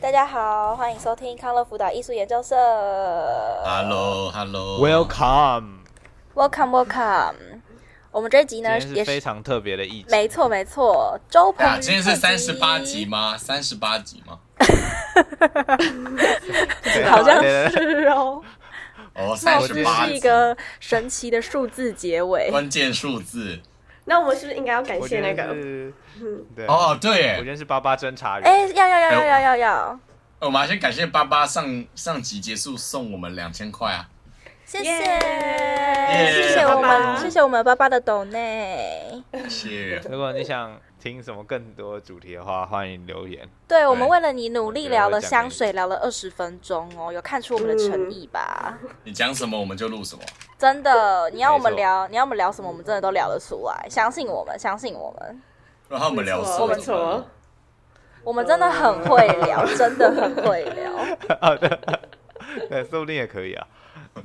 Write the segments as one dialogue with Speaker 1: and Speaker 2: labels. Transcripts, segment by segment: Speaker 1: 大家好，欢迎收听康乐辅导艺术研究社。
Speaker 2: Hello，Hello。
Speaker 3: Welcome，
Speaker 1: Welcome, welcome。我们这一集
Speaker 3: 今
Speaker 1: 呢，
Speaker 3: 天是
Speaker 1: 也
Speaker 3: 非
Speaker 1: 是
Speaker 3: 常特别的一集，
Speaker 1: 没错没错，周
Speaker 2: 对啊，
Speaker 1: 鹏。
Speaker 2: 今天是三十八集，吗？三十八集吗？
Speaker 3: 对，啊
Speaker 1: 好像
Speaker 3: 对对对
Speaker 1: 是哦。
Speaker 2: 哦，三
Speaker 1: 貌
Speaker 2: 十
Speaker 1: 似
Speaker 2: 八
Speaker 1: 是
Speaker 2: 集
Speaker 1: 一，个神奇的数字结尾。
Speaker 2: 关键数字。
Speaker 4: 那我们是不是应该要感
Speaker 3: 我
Speaker 4: 谢
Speaker 3: 今
Speaker 4: 那
Speaker 3: 天
Speaker 4: 个？
Speaker 3: 是，对，
Speaker 2: 哦，对
Speaker 3: 我今
Speaker 2: 耶，
Speaker 3: 天是八八侦查员，
Speaker 1: 哎，要要要要要要要，
Speaker 2: 哎我们还先感谢爸爸上上集结束送我们两千块啊！
Speaker 1: 谢谢
Speaker 4: 耶
Speaker 1: 谢谢我
Speaker 4: 爸爸
Speaker 1: 们谢谢我们爸爸的抖内。
Speaker 2: 谢谢。
Speaker 3: 如果你想听什么更多主题的话，欢迎留言。
Speaker 1: 对，我们
Speaker 2: 对
Speaker 1: 为了你努力
Speaker 3: 我觉得
Speaker 1: 聊了
Speaker 3: 我讲给
Speaker 1: 香
Speaker 3: 你
Speaker 1: 水，聊了二十分钟哦，有看出我们的诚意吧？
Speaker 2: 你讲什么我们就录什么。
Speaker 1: 真的，你要我们
Speaker 3: 没错
Speaker 1: 聊，你要我们聊什么，我们真的都聊得出来，相信我们，相信我们，
Speaker 2: 然后我们聊
Speaker 4: 没
Speaker 2: 什
Speaker 4: 错
Speaker 2: 么？
Speaker 4: 没错
Speaker 1: 我们真的很会 聊，真的很会聊。
Speaker 3: 对，说不定也可以啊。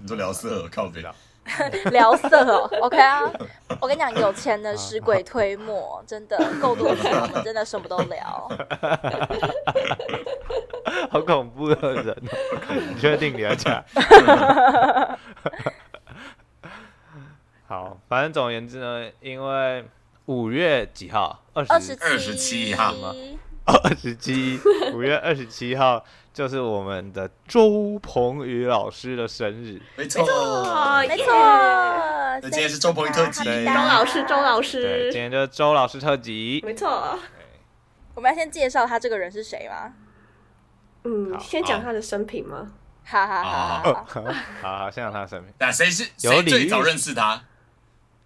Speaker 2: 你就聊色，靠北。
Speaker 1: 聊色哦，OK 啊，我跟你讲，有钱的尸鬼推磨，真的够多钱，我们真的什么都 聊。
Speaker 3: 好恐怖的人哦，你确定你要讲？ 好，反正总而言之呢，因为五月几号，二
Speaker 1: 二
Speaker 3: 十哦
Speaker 1: 十
Speaker 2: 27号吗
Speaker 3: 二十七，五月二十七号就是我们的周鹏宇老师的生日。
Speaker 2: 没错，
Speaker 4: 哦，
Speaker 1: 没
Speaker 4: 耶
Speaker 1: 错。
Speaker 2: 那今天是周鹏宇特辑
Speaker 1: 对
Speaker 3: 周
Speaker 4: 周老师，周老
Speaker 3: 对，今
Speaker 4: 师，
Speaker 3: 天就是周老师特 辑。
Speaker 4: 没错。
Speaker 1: 我们要先介绍他这个人是谁吗？
Speaker 4: 嗯，
Speaker 3: 好
Speaker 4: 先讲他的生平吗？
Speaker 1: 哈哈哈
Speaker 2: 啊
Speaker 1: 哈哈！
Speaker 3: 好，好，先让他的生平。
Speaker 2: 那谁是
Speaker 3: 有
Speaker 2: 谁
Speaker 3: 李
Speaker 2: 最
Speaker 3: 玉
Speaker 2: 早认识他？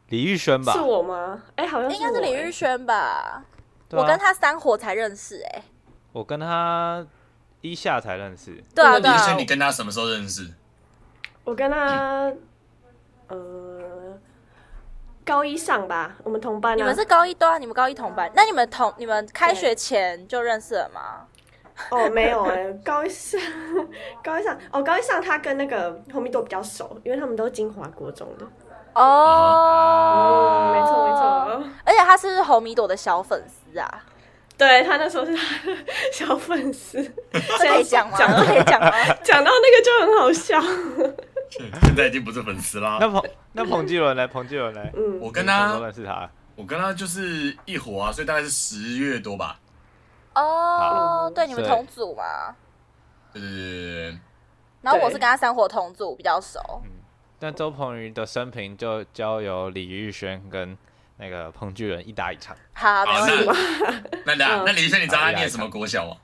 Speaker 3: 李玉轩吧
Speaker 4: 是，我吗？哎，好像
Speaker 1: 应该是
Speaker 4: 我
Speaker 1: 李玉。轩吧？
Speaker 3: 对啊
Speaker 1: 我跟，他三火才认识哎、欸。
Speaker 3: 我跟他一下才认识，
Speaker 1: 对啊，
Speaker 2: 李
Speaker 1: 对
Speaker 2: 宇
Speaker 1: 啊
Speaker 2: 轩，你，跟他什么时候认识？
Speaker 4: 我跟他，
Speaker 3: 嗯
Speaker 4: 呃，高一上吧，我们同班啊。
Speaker 1: 你们是高一对啊，你们高一同
Speaker 4: 嗯
Speaker 1: 班，那你们同你们开学前就认识了吗？
Speaker 4: 哦，没有哎，高一上， 高一上，哦，高一上他跟那个红米朵比较熟，因为他们都是金华国中的。嗯
Speaker 1: 哦，
Speaker 4: 没错没。错。
Speaker 1: 而且他是不是红米朵的小粉丝 啊？
Speaker 4: 对他那时候是他的 小粉丝，
Speaker 1: 这可以讲吗？这可以 讲吗？
Speaker 4: 讲到那个就很好笑。
Speaker 2: 现在已经不是粉丝啦。
Speaker 3: 那彭那彭继伦来，彭继伦来，
Speaker 4: 嗯，
Speaker 2: 我跟
Speaker 3: 你什么时候
Speaker 2: 他，
Speaker 3: 认识他，
Speaker 2: 我跟他就是一伙啊，所以大概是十月多吧。
Speaker 1: 哦，对，你们
Speaker 3: 对
Speaker 1: 同组嘛。
Speaker 2: 对对对对对对。
Speaker 1: 然后我是跟他三火同组，比较熟。
Speaker 2: 嗯
Speaker 3: 那周鹏宇的生平就交由李玉轩跟那个彭继伦一搭一唱。
Speaker 1: 好，没
Speaker 2: 好，
Speaker 1: 问题。
Speaker 2: 那那那
Speaker 4: 嗯
Speaker 2: 那李宇轩，你知道他念什么国小吗？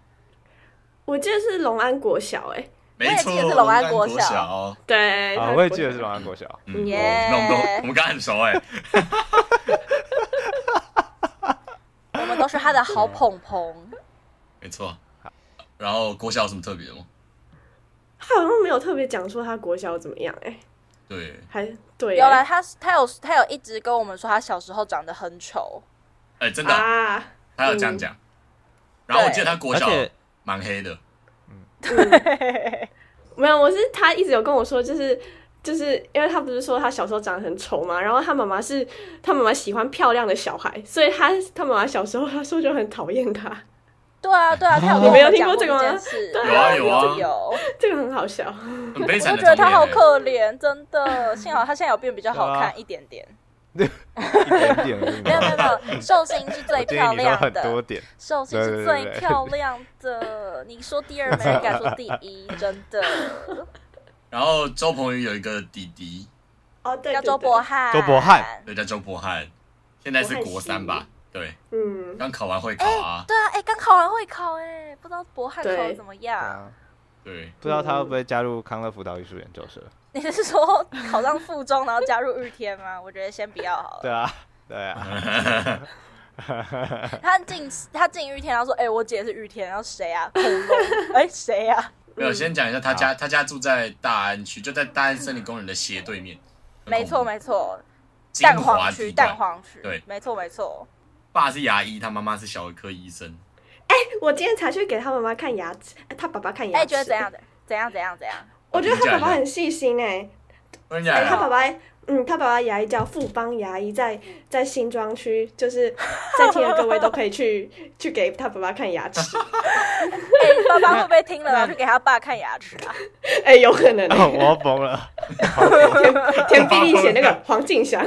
Speaker 4: 我记得是隆安国小、欸，哎，
Speaker 2: 没错，
Speaker 1: 我也记得是龙安国
Speaker 2: 国
Speaker 1: 小
Speaker 2: 小。
Speaker 4: 对，
Speaker 3: 啊，
Speaker 4: 哎他
Speaker 3: 我也记得是龙安国小。
Speaker 2: 嗯，
Speaker 1: 耶
Speaker 2: 那我们都我们刚刚很熟 哎。
Speaker 1: 我们都是他的好捧捧。
Speaker 2: 没错。然后国小有什么特别的吗？
Speaker 4: 他好像没有特别讲说他国小怎么样、欸，哎，
Speaker 2: 对，
Speaker 4: 还对、
Speaker 1: 有了，他他有他有一直跟我们说他小时候长得很 丑。
Speaker 2: 哎，真的啊，
Speaker 4: 啊，
Speaker 2: 他有这
Speaker 1: 嗯
Speaker 2: 样讲。然后我记得他国
Speaker 3: 而
Speaker 2: 小
Speaker 3: 且
Speaker 2: 蛮黑 的，
Speaker 4: 没有，我是他一直有跟我说，就是就是因为他不是说他小时候长得很丑嘛，然后他妈妈是他妈妈喜欢漂亮的小孩，所以他他妈妈小时候他说就很讨厌他，
Speaker 1: 对啊，对啊，他有
Speaker 3: 你
Speaker 1: 跟我
Speaker 4: 没有
Speaker 1: 们
Speaker 4: 听
Speaker 1: 讲
Speaker 4: 过这个
Speaker 1: 件
Speaker 4: 吗
Speaker 1: 事
Speaker 4: 对
Speaker 2: 啊哦有啊
Speaker 1: 有。
Speaker 4: 这个很好笑，
Speaker 2: 很悲
Speaker 1: 我
Speaker 2: 惨
Speaker 1: 就
Speaker 2: 的
Speaker 1: 觉得
Speaker 2: 童
Speaker 1: 他好
Speaker 2: 年欸。
Speaker 1: 可怜，真的。幸好他现在有变比较好
Speaker 3: 对啊
Speaker 1: 看一点点。
Speaker 3: 一点点而已
Speaker 1: 没有没
Speaker 3: 嘛
Speaker 1: 有没有，寿星是最
Speaker 3: 我建议
Speaker 1: 漂
Speaker 3: 你说
Speaker 1: 亮
Speaker 3: 很多
Speaker 1: 的，
Speaker 3: 点，
Speaker 1: 寿星是
Speaker 3: 对对
Speaker 1: 最
Speaker 3: 对对
Speaker 1: 漂亮的。你说第二，没人敢说第一，真的。
Speaker 2: 然后周鹏宇有一个弟弟，
Speaker 4: 哦对，
Speaker 1: 叫
Speaker 4: 对
Speaker 1: 周博，翰，
Speaker 3: 周伯翰
Speaker 2: 对，叫周博翰，现在是国三
Speaker 4: 博
Speaker 2: 吧
Speaker 4: 翰？
Speaker 2: 对，
Speaker 4: 对嗯，
Speaker 2: 刚考完会考
Speaker 1: 哎、
Speaker 2: 啊。
Speaker 1: 对啊，哎、刚考完会考、哎，不知道博翰考
Speaker 4: 对
Speaker 1: 得怎么样？
Speaker 3: 啊
Speaker 2: 对，
Speaker 3: 不知道他会不会加入康乐辅导艺术研究社？
Speaker 1: 你是说考上附中，然后加入日天吗？我觉得先不要好了。
Speaker 3: 对啊，对 啊，
Speaker 1: 他进他进日天，然后说，哎、我姐是日天，然后谁啊？恐龙，哎、谁啊？
Speaker 2: 没有先讲一下他家，他家住在大安区，就在大安森林公园的斜对面。很
Speaker 1: 没错
Speaker 2: 恐怖，
Speaker 1: 没错，
Speaker 2: 金
Speaker 1: 蛋
Speaker 2: 华
Speaker 1: 黄
Speaker 2: 地
Speaker 1: 区，
Speaker 2: 带
Speaker 1: 蛋。黄区，
Speaker 2: 对
Speaker 1: 没错没错。
Speaker 2: 爸是牙医，他妈妈是小儿科医生。
Speaker 4: 我今天才去给他妈妈看牙齿，哎他爸爸看牙齿，
Speaker 1: 哎、觉得怎样？的？怎样怎样怎样？
Speaker 4: 我觉得他爸爸很细心哎、
Speaker 2: 我跟你
Speaker 4: 哎、他
Speaker 2: 讲
Speaker 4: 爸，爸，嗯，他爸爸牙医叫富邦牙医在，在新庄区，就是 在听的各位都可以去去给他爸爸看牙齿。
Speaker 1: 哎、爸爸会不会听 了然后去给他爸看牙齿啊？
Speaker 4: 哎、有可能、
Speaker 3: 我要疯了，
Speaker 4: 田田碧丽写那个黄静香，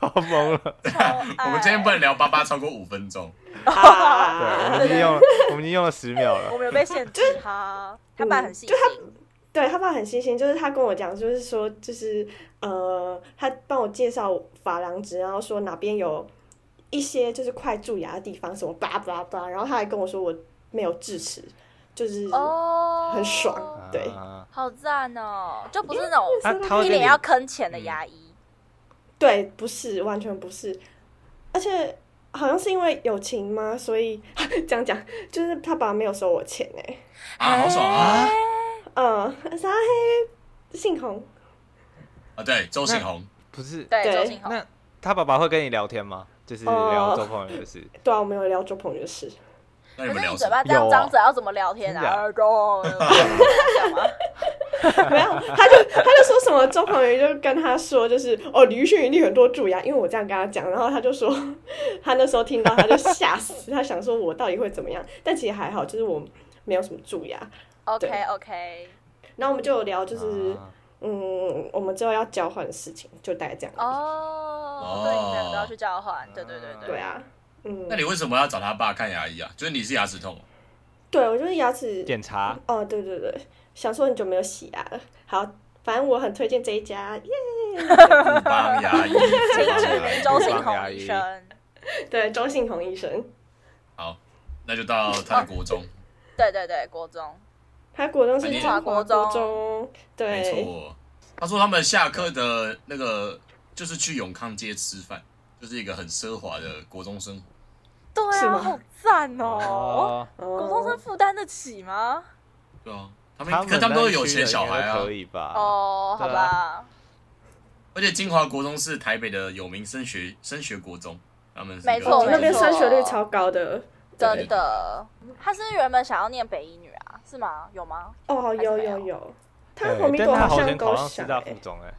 Speaker 3: 我要疯了。
Speaker 1: 超爱
Speaker 2: 我们今天不能聊八八超过五分钟，
Speaker 3: 对，
Speaker 4: 啊
Speaker 3: 我们已经用了，我们已经用了十秒了
Speaker 1: 哎我。们有被限制他，他爸很细心，
Speaker 4: 对他爸很细心，就是他跟我讲，就是说，就是呃，他帮我介绍珐琅质，然后说哪边有一些就是快蛀牙的地方，什么叭叭叭，然后他还跟我说我没有智齿，就是
Speaker 1: 哦，
Speaker 4: 很爽 对
Speaker 3: 啊
Speaker 1: 好赞哦，就不是那种
Speaker 2: 嗯
Speaker 3: 他他会
Speaker 1: 一
Speaker 3: 跟你
Speaker 1: 脸要坑钱的牙医，
Speaker 4: 对，不是，完全不是，而且好像是因为友情吗？所以 这样讲，就是他爸爸没有收我钱哎、
Speaker 2: 啊，好爽
Speaker 1: 哎
Speaker 2: 啊！
Speaker 4: 嗯，啥黑姓洪，
Speaker 2: 啊，对，周信宏，
Speaker 3: 不是，
Speaker 1: 对，
Speaker 4: 对哦
Speaker 1: 周信宏，
Speaker 3: 那他爸爸会跟你聊天吗？就是聊周朋友的事。
Speaker 4: 对啊，我们有聊周鹏宇的事，
Speaker 2: 那
Speaker 1: 可
Speaker 2: 你
Speaker 1: 是
Speaker 2: 们聊
Speaker 1: 你嘴
Speaker 2: 什么？
Speaker 1: 巴这样
Speaker 3: 有啊
Speaker 1: 张着要怎么聊天
Speaker 3: 真的
Speaker 1: 啊？
Speaker 3: 啊
Speaker 1: 耳 朵，干嘛
Speaker 4: 没有，他就他就说什么周鹏宇就跟他说，就是哦，李玉轩一定很多蛀牙，因为我这样跟他讲，然后他就说 他那时候听到他就吓死，他想说我到底会怎么样？但其实还好，就是我没有什么蛀牙，
Speaker 1: ？OK
Speaker 4: 对
Speaker 1: OK，
Speaker 4: 然后我们 就有聊，就是、
Speaker 3: 啊
Speaker 4: 嗯，我们之后要交换的事情，就大概这样。
Speaker 1: 哦
Speaker 2: 哦，
Speaker 1: 对，你们都要去交换，对对对
Speaker 4: 对啊，嗯，
Speaker 2: 那你为什么要找他爸看牙医啊？就是你是牙齿痛哦，
Speaker 4: 对，我就是牙齿，
Speaker 3: 检查
Speaker 4: 哦，对对对，想说很久没有洗牙了。好，反正我很推荐这一家，耶！
Speaker 2: 富邦牙医，
Speaker 1: 请
Speaker 2: 富
Speaker 1: 指
Speaker 2: 邦牙
Speaker 1: 名
Speaker 2: 医
Speaker 1: 周信
Speaker 2: 啊
Speaker 1: 宏医生，
Speaker 4: 对，周信宏医生，
Speaker 2: 好，那就到他的国中，
Speaker 1: 对对对，国中，
Speaker 4: 他国中
Speaker 1: 啊
Speaker 4: 是
Speaker 2: 哎你
Speaker 4: 华
Speaker 1: 国中
Speaker 4: 中，
Speaker 2: 没
Speaker 4: 对，
Speaker 2: 错。他说他们下课的那个就是去永康街吃饭，就是一个很奢华的国中生活。
Speaker 1: 对
Speaker 4: 是
Speaker 1: 啊，
Speaker 4: 吗
Speaker 1: 好赞哦，，国中生
Speaker 4: 哦，
Speaker 1: 负担得起吗？
Speaker 2: 对啊，他们
Speaker 3: 他
Speaker 2: 可他们都是有
Speaker 3: 那区
Speaker 2: 钱
Speaker 3: 的
Speaker 2: 小
Speaker 3: 应该
Speaker 2: 孩啊
Speaker 3: 都，可以吧？
Speaker 1: 哦，好
Speaker 3: 对啊
Speaker 1: 吧，
Speaker 2: 而且金华国中是台北的有名升学升学国中，他们是一个
Speaker 1: 没错
Speaker 4: 哦那
Speaker 1: 没
Speaker 4: 边
Speaker 1: 错
Speaker 4: 升学率超高的。
Speaker 1: 真的，他是原本想要念北医女啊，是吗？有吗？
Speaker 4: 哦，有
Speaker 1: 还是
Speaker 4: 有
Speaker 1: 没
Speaker 4: 有，他
Speaker 3: 对
Speaker 4: 红米
Speaker 3: 但
Speaker 4: 朵
Speaker 3: 他好
Speaker 4: 像
Speaker 3: 像考
Speaker 4: 都
Speaker 3: 上师
Speaker 4: 想
Speaker 3: 大
Speaker 4: 欸
Speaker 3: 附中哎，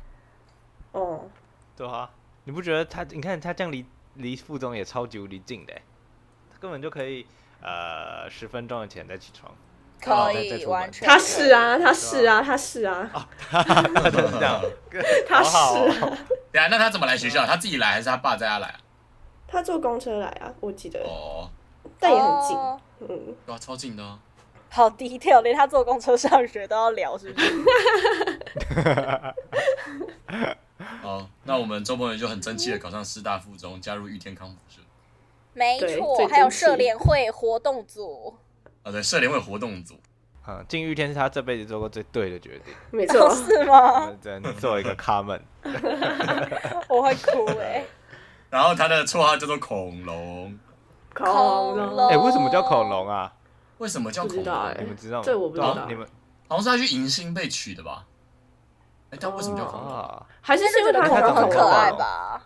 Speaker 4: 哦，
Speaker 3: 对啊，你不觉得他？你看他这样离离附中也超级无敌近的欸，他根本就可以呃十分钟的前再起床。
Speaker 4: 哦
Speaker 1: 可
Speaker 3: 再再
Speaker 1: 以，
Speaker 3: 出门
Speaker 1: 完全
Speaker 4: 他是啊，他是啊，他是啊，
Speaker 3: 就是这样，
Speaker 4: 他
Speaker 3: 好好
Speaker 4: 是
Speaker 3: 哦
Speaker 4: 啊，
Speaker 2: 对啊，那他怎么来学校？他自己来还是他爸带他来啊？
Speaker 4: 他坐公车来啊，我记得，
Speaker 2: 哦，
Speaker 4: 但也很近，
Speaker 1: 哦
Speaker 4: 嗯，
Speaker 2: 对啊，超近的、啊。
Speaker 1: 好低调，连他坐公车上学都要聊，是不是？
Speaker 2: 哦，那我们周鹏宇就很争气的考上师大附中，加入玉天康复社。
Speaker 1: 没
Speaker 4: 对
Speaker 1: 错，
Speaker 4: 最
Speaker 1: 还有
Speaker 4: 近期
Speaker 1: 社联会活动组，
Speaker 2: 啊，对，社联会活动组。
Speaker 3: 嗯，进玉天是他这辈子做过最对的决定。
Speaker 4: 没
Speaker 1: 哦
Speaker 4: 错，
Speaker 1: 是
Speaker 3: 我
Speaker 1: 吗？
Speaker 3: 们只能做一个 comment。
Speaker 1: 我会哭哎，
Speaker 2: 然后他的绰号叫做恐龙，
Speaker 1: 恐龙
Speaker 4: 哦
Speaker 3: 哎、为什么叫恐龙啊？
Speaker 2: 为什么叫
Speaker 4: 不
Speaker 2: 恐
Speaker 4: 知道
Speaker 2: 龙
Speaker 4: 哎？
Speaker 3: 你们知道吗？
Speaker 4: 这我不知道
Speaker 3: 对啊你们
Speaker 2: 好像是他去迎新被取的吧？哎，但为什么叫
Speaker 1: 哦
Speaker 2: 恐龙？
Speaker 3: 啊，
Speaker 4: 还是是因为他
Speaker 1: 恐
Speaker 4: 长
Speaker 1: 龙
Speaker 4: 得
Speaker 1: 很
Speaker 4: 很
Speaker 1: 可
Speaker 4: 可
Speaker 1: 爱
Speaker 4: 爱，啊
Speaker 1: 吧？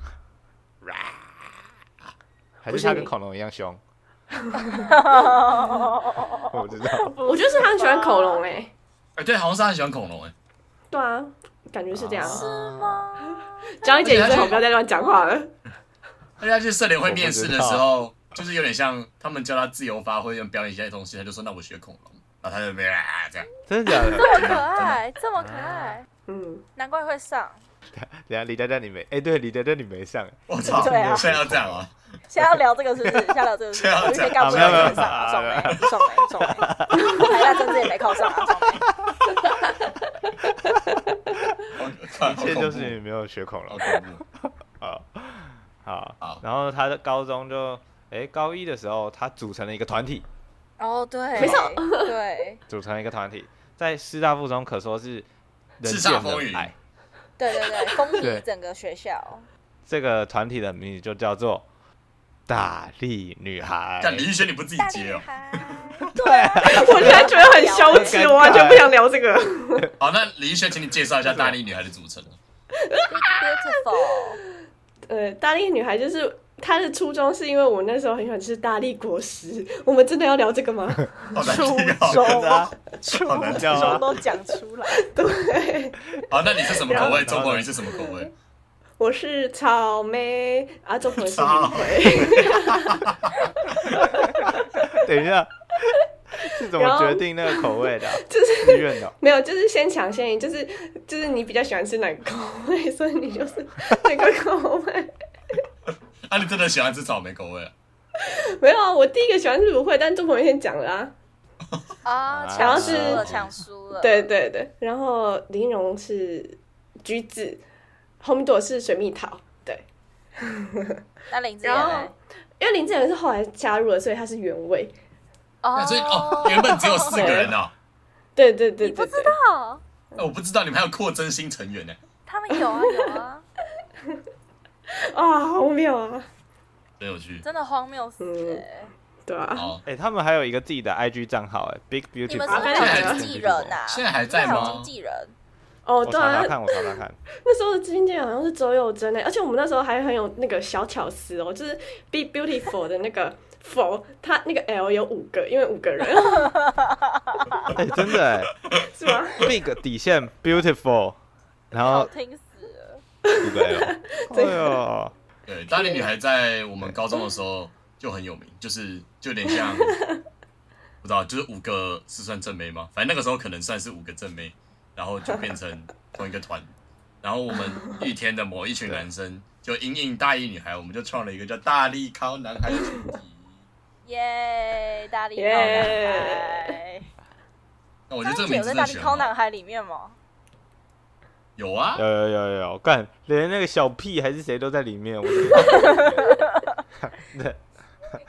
Speaker 3: 还
Speaker 4: 不
Speaker 3: 是
Speaker 4: 是
Speaker 3: 他
Speaker 4: 你
Speaker 3: 跟恐龙一样凶？ 我不知道，
Speaker 4: 我觉得是他很喜欢恐龙哎、
Speaker 2: 哎，对，好像是他很喜欢恐龙哎。
Speaker 4: 对啊，感觉是这样。
Speaker 1: 是吗？
Speaker 4: 江一姐，你最好不要再乱讲话了。
Speaker 2: 而且他去社联会面试的时候，就是有点像他们叫他自由发挥，表演一些东西，他就说那我学恐龙，然后他就没啊这样。
Speaker 3: 真的假的？
Speaker 1: 这么可爱，这么可爱，
Speaker 4: 嗯，
Speaker 1: 难怪会上。
Speaker 3: 等一下李佳佳你没？哎、对，李佳佳你没上，
Speaker 2: 我操，
Speaker 1: 对啊
Speaker 2: 现在要这样啊！
Speaker 1: 现在要聊这个是不是？现在聊这个是不是？我就可以告诉你没上啊，爽没爽没爽没， 台大政治也没考上啊，爽没。
Speaker 2: 好可怕，好
Speaker 3: 这就
Speaker 2: 恐
Speaker 3: 是你
Speaker 2: 怖，
Speaker 3: 没有学恐龙
Speaker 2: 好。恐怖。
Speaker 3: 好，
Speaker 2: 好
Speaker 3: 然后他的高中就，哎、高一的时候他组成了一个团体，
Speaker 1: 哦，对，
Speaker 4: 没错，
Speaker 1: 对
Speaker 3: 组成了一个团体，在师大附中可说是人
Speaker 2: 叱咤
Speaker 3: 见
Speaker 2: 风
Speaker 3: 人
Speaker 2: 云
Speaker 3: 爱。
Speaker 1: 对对对，风靡
Speaker 3: 对
Speaker 1: 整个学校。
Speaker 3: 这个团体的名字就叫做大力女孩。
Speaker 2: 但李宇轩你不自己
Speaker 1: 大
Speaker 2: 接
Speaker 1: 女
Speaker 2: 哦。
Speaker 1: 孩，
Speaker 3: 对啊，
Speaker 4: 嗯 我现在觉得很羞耻，我完全不想聊这个。
Speaker 2: 好，那李宇轩，请你介绍一下大力女孩的组成。
Speaker 1: beautiful，
Speaker 4: 呃，大力女孩就是他的初衷是因为我那时候很喜欢吃大力果实。 我们真的要聊这个吗？
Speaker 2: 好难
Speaker 1: 出
Speaker 2: 听
Speaker 1: 手
Speaker 2: 哦。
Speaker 3: 真的啊，
Speaker 1: 出
Speaker 2: 好难
Speaker 3: 叫啊
Speaker 1: 手都讲出来，
Speaker 4: 对，
Speaker 2: 好，那你是什么口味？
Speaker 3: 然后
Speaker 2: 中国人是什么口味？
Speaker 4: 我是草莓啊，中国人是
Speaker 2: 草
Speaker 4: 李逵。
Speaker 3: 等 一下，是怎么
Speaker 4: 然后
Speaker 3: 决定那个口味的啊？
Speaker 4: 就是
Speaker 3: 自愿的哦，
Speaker 4: 没有，就是先抢先赢，就是就是你比较喜欢吃哪个口味，所以你就是那个口味。
Speaker 2: 啊，你真的喜欢吃草莓口味啊？
Speaker 4: 没有啊，我第一个喜欢是芦荟，但中国人先讲了啊。
Speaker 1: 啊，
Speaker 3: 然
Speaker 1: 抢
Speaker 4: 后
Speaker 1: 输
Speaker 4: 是
Speaker 1: 了，抢输了。
Speaker 4: 对对对，然后林蓉是橘子，红朵是水蜜桃，对。
Speaker 1: 那林子妍
Speaker 4: 然后
Speaker 1: 呢？
Speaker 4: 因为林志颖是后来加入了，所以它是原味。
Speaker 2: 那
Speaker 1: 哦，
Speaker 2: 所以哦，原本只有四个人哦。哎
Speaker 4: 对对对
Speaker 1: 你
Speaker 4: 对
Speaker 1: 不
Speaker 4: 对
Speaker 1: 知，道，
Speaker 2: 那我不知道你们还有扩增新成员呢。
Speaker 1: 他们有啊有 啊，
Speaker 4: 啊，好妙啊！
Speaker 2: 真有趣。
Speaker 1: 真的荒谬死
Speaker 4: 嗯
Speaker 1: 欸！
Speaker 4: 对啊，
Speaker 2: 好，
Speaker 3: 哎，他们还有一个自己的 IG 账号，哎，Big
Speaker 1: 你
Speaker 3: Beauty。
Speaker 1: 们是不是
Speaker 4: 啊
Speaker 1: 有经纪人呐？
Speaker 2: 现在还在吗
Speaker 1: 你们有经纪人，
Speaker 4: 哦
Speaker 3: 我
Speaker 4: 对
Speaker 3: 查
Speaker 4: 啊
Speaker 3: 查，看，我查查 看。
Speaker 4: 那时候的经纪人好像是周佑珍诶，欸而且我们那时候还很有那个小巧思哦，就是 Be Beautiful 的那个 for，他那个 L 有五个，因为五个 人
Speaker 3: 哎，真的哎
Speaker 4: 是吗？
Speaker 3: ，Big 底线 Beautiful，然
Speaker 1: 好
Speaker 3: 后
Speaker 1: 听死了。
Speaker 3: 五个 L。哎呦，
Speaker 2: 对，大力女孩在我们高中的时候就很有名，就是就有点 像，不知道，就是五个是算正妹吗？反正那个时候可能算是五个正妹，然后就变成同一个团。然后我们一天的某一群男生就因应大一女孩，我们就创了一个叫大力靠男孩群体。
Speaker 1: 耶，大力靠男孩
Speaker 4: 耶。
Speaker 2: 那我觉
Speaker 1: 张
Speaker 2: 得
Speaker 1: 姐
Speaker 2: 这个名
Speaker 1: 有
Speaker 2: 字
Speaker 1: 在
Speaker 2: 真
Speaker 1: 大
Speaker 2: 的
Speaker 1: 力
Speaker 2: 取得
Speaker 1: 靠
Speaker 2: 很好
Speaker 1: 男孩里面吗？
Speaker 2: 有啊，
Speaker 3: 哎有有有有有，干，连那个小屁还是谁都在里面。我 对，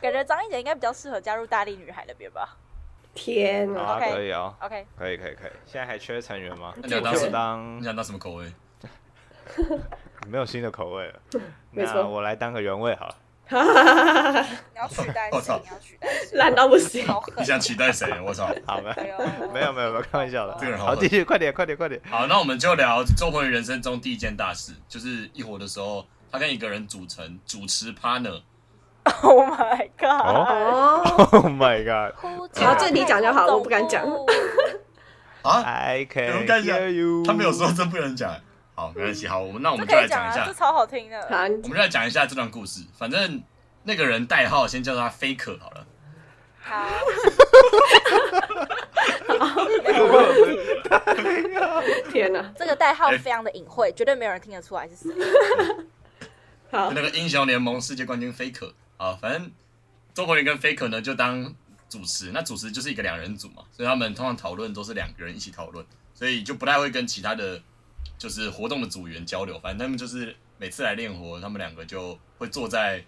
Speaker 1: 感觉张艺姐应该比较适合加入大力女孩那边吧。
Speaker 4: 天
Speaker 3: 好
Speaker 4: 啊！
Speaker 3: 啊，
Speaker 1: OK
Speaker 3: 可以哦，
Speaker 1: OK，
Speaker 3: 可以可以可以。现在还缺成员吗？
Speaker 2: 那你要
Speaker 3: 我
Speaker 2: 当
Speaker 3: 就
Speaker 2: 什么？
Speaker 3: 当
Speaker 2: 你想当什么口味？
Speaker 3: 没有新的口味了，
Speaker 4: 没
Speaker 3: 那
Speaker 4: 错
Speaker 3: 我来当个原味好了。
Speaker 1: 你要取代
Speaker 2: 我操
Speaker 1: 谁？你要取代谁？
Speaker 4: 烂到不行，
Speaker 1: 好
Speaker 2: 你
Speaker 1: 狠！
Speaker 2: 想取代谁？我操！
Speaker 3: 好吧，
Speaker 1: 哎呦
Speaker 3: 没有没有没有，开玩笑的。
Speaker 2: 这个人好
Speaker 3: 好，
Speaker 2: 狠
Speaker 3: 继续，快点快点快点。
Speaker 2: 好，那我们就聊周鹏宇人生中第一件大事，就是一伙的时候，他跟一个人组成主持 partner，
Speaker 1: Oh my god！
Speaker 3: 哦
Speaker 4: 哦，
Speaker 3: ，Oh my God，I
Speaker 1: 好
Speaker 4: 这你讲就好我不敢
Speaker 2: 啊，
Speaker 4: 讲
Speaker 3: can
Speaker 2: 们看一下
Speaker 3: hear you。
Speaker 2: 他没有说真不能讲。好，没关系，好，我们那我
Speaker 1: 嗯这
Speaker 2: 们就
Speaker 1: 可以
Speaker 2: 来
Speaker 1: 讲
Speaker 2: 讲一
Speaker 1: 啊，
Speaker 2: 下
Speaker 1: 这，超好听的。
Speaker 4: 好，你
Speaker 2: 我们就来讲一下这段故事。反正那个人代号先叫他 Faker 好了，
Speaker 1: 好，
Speaker 4: 天哪！
Speaker 1: 这个代号非常的隐晦，绝对没有人听得出来是谁。
Speaker 4: 好
Speaker 2: 就，那个英雄联盟世界冠军 Faker 啊，反正周鹏宇跟 Faker 呢就当主持，那主持就是一个两人组嘛，所以他们通常讨论都是两个人一起讨论，所以就不太会跟其他的就是活动的组员交流，反正他们就是每次来练活，他们两个就会坐在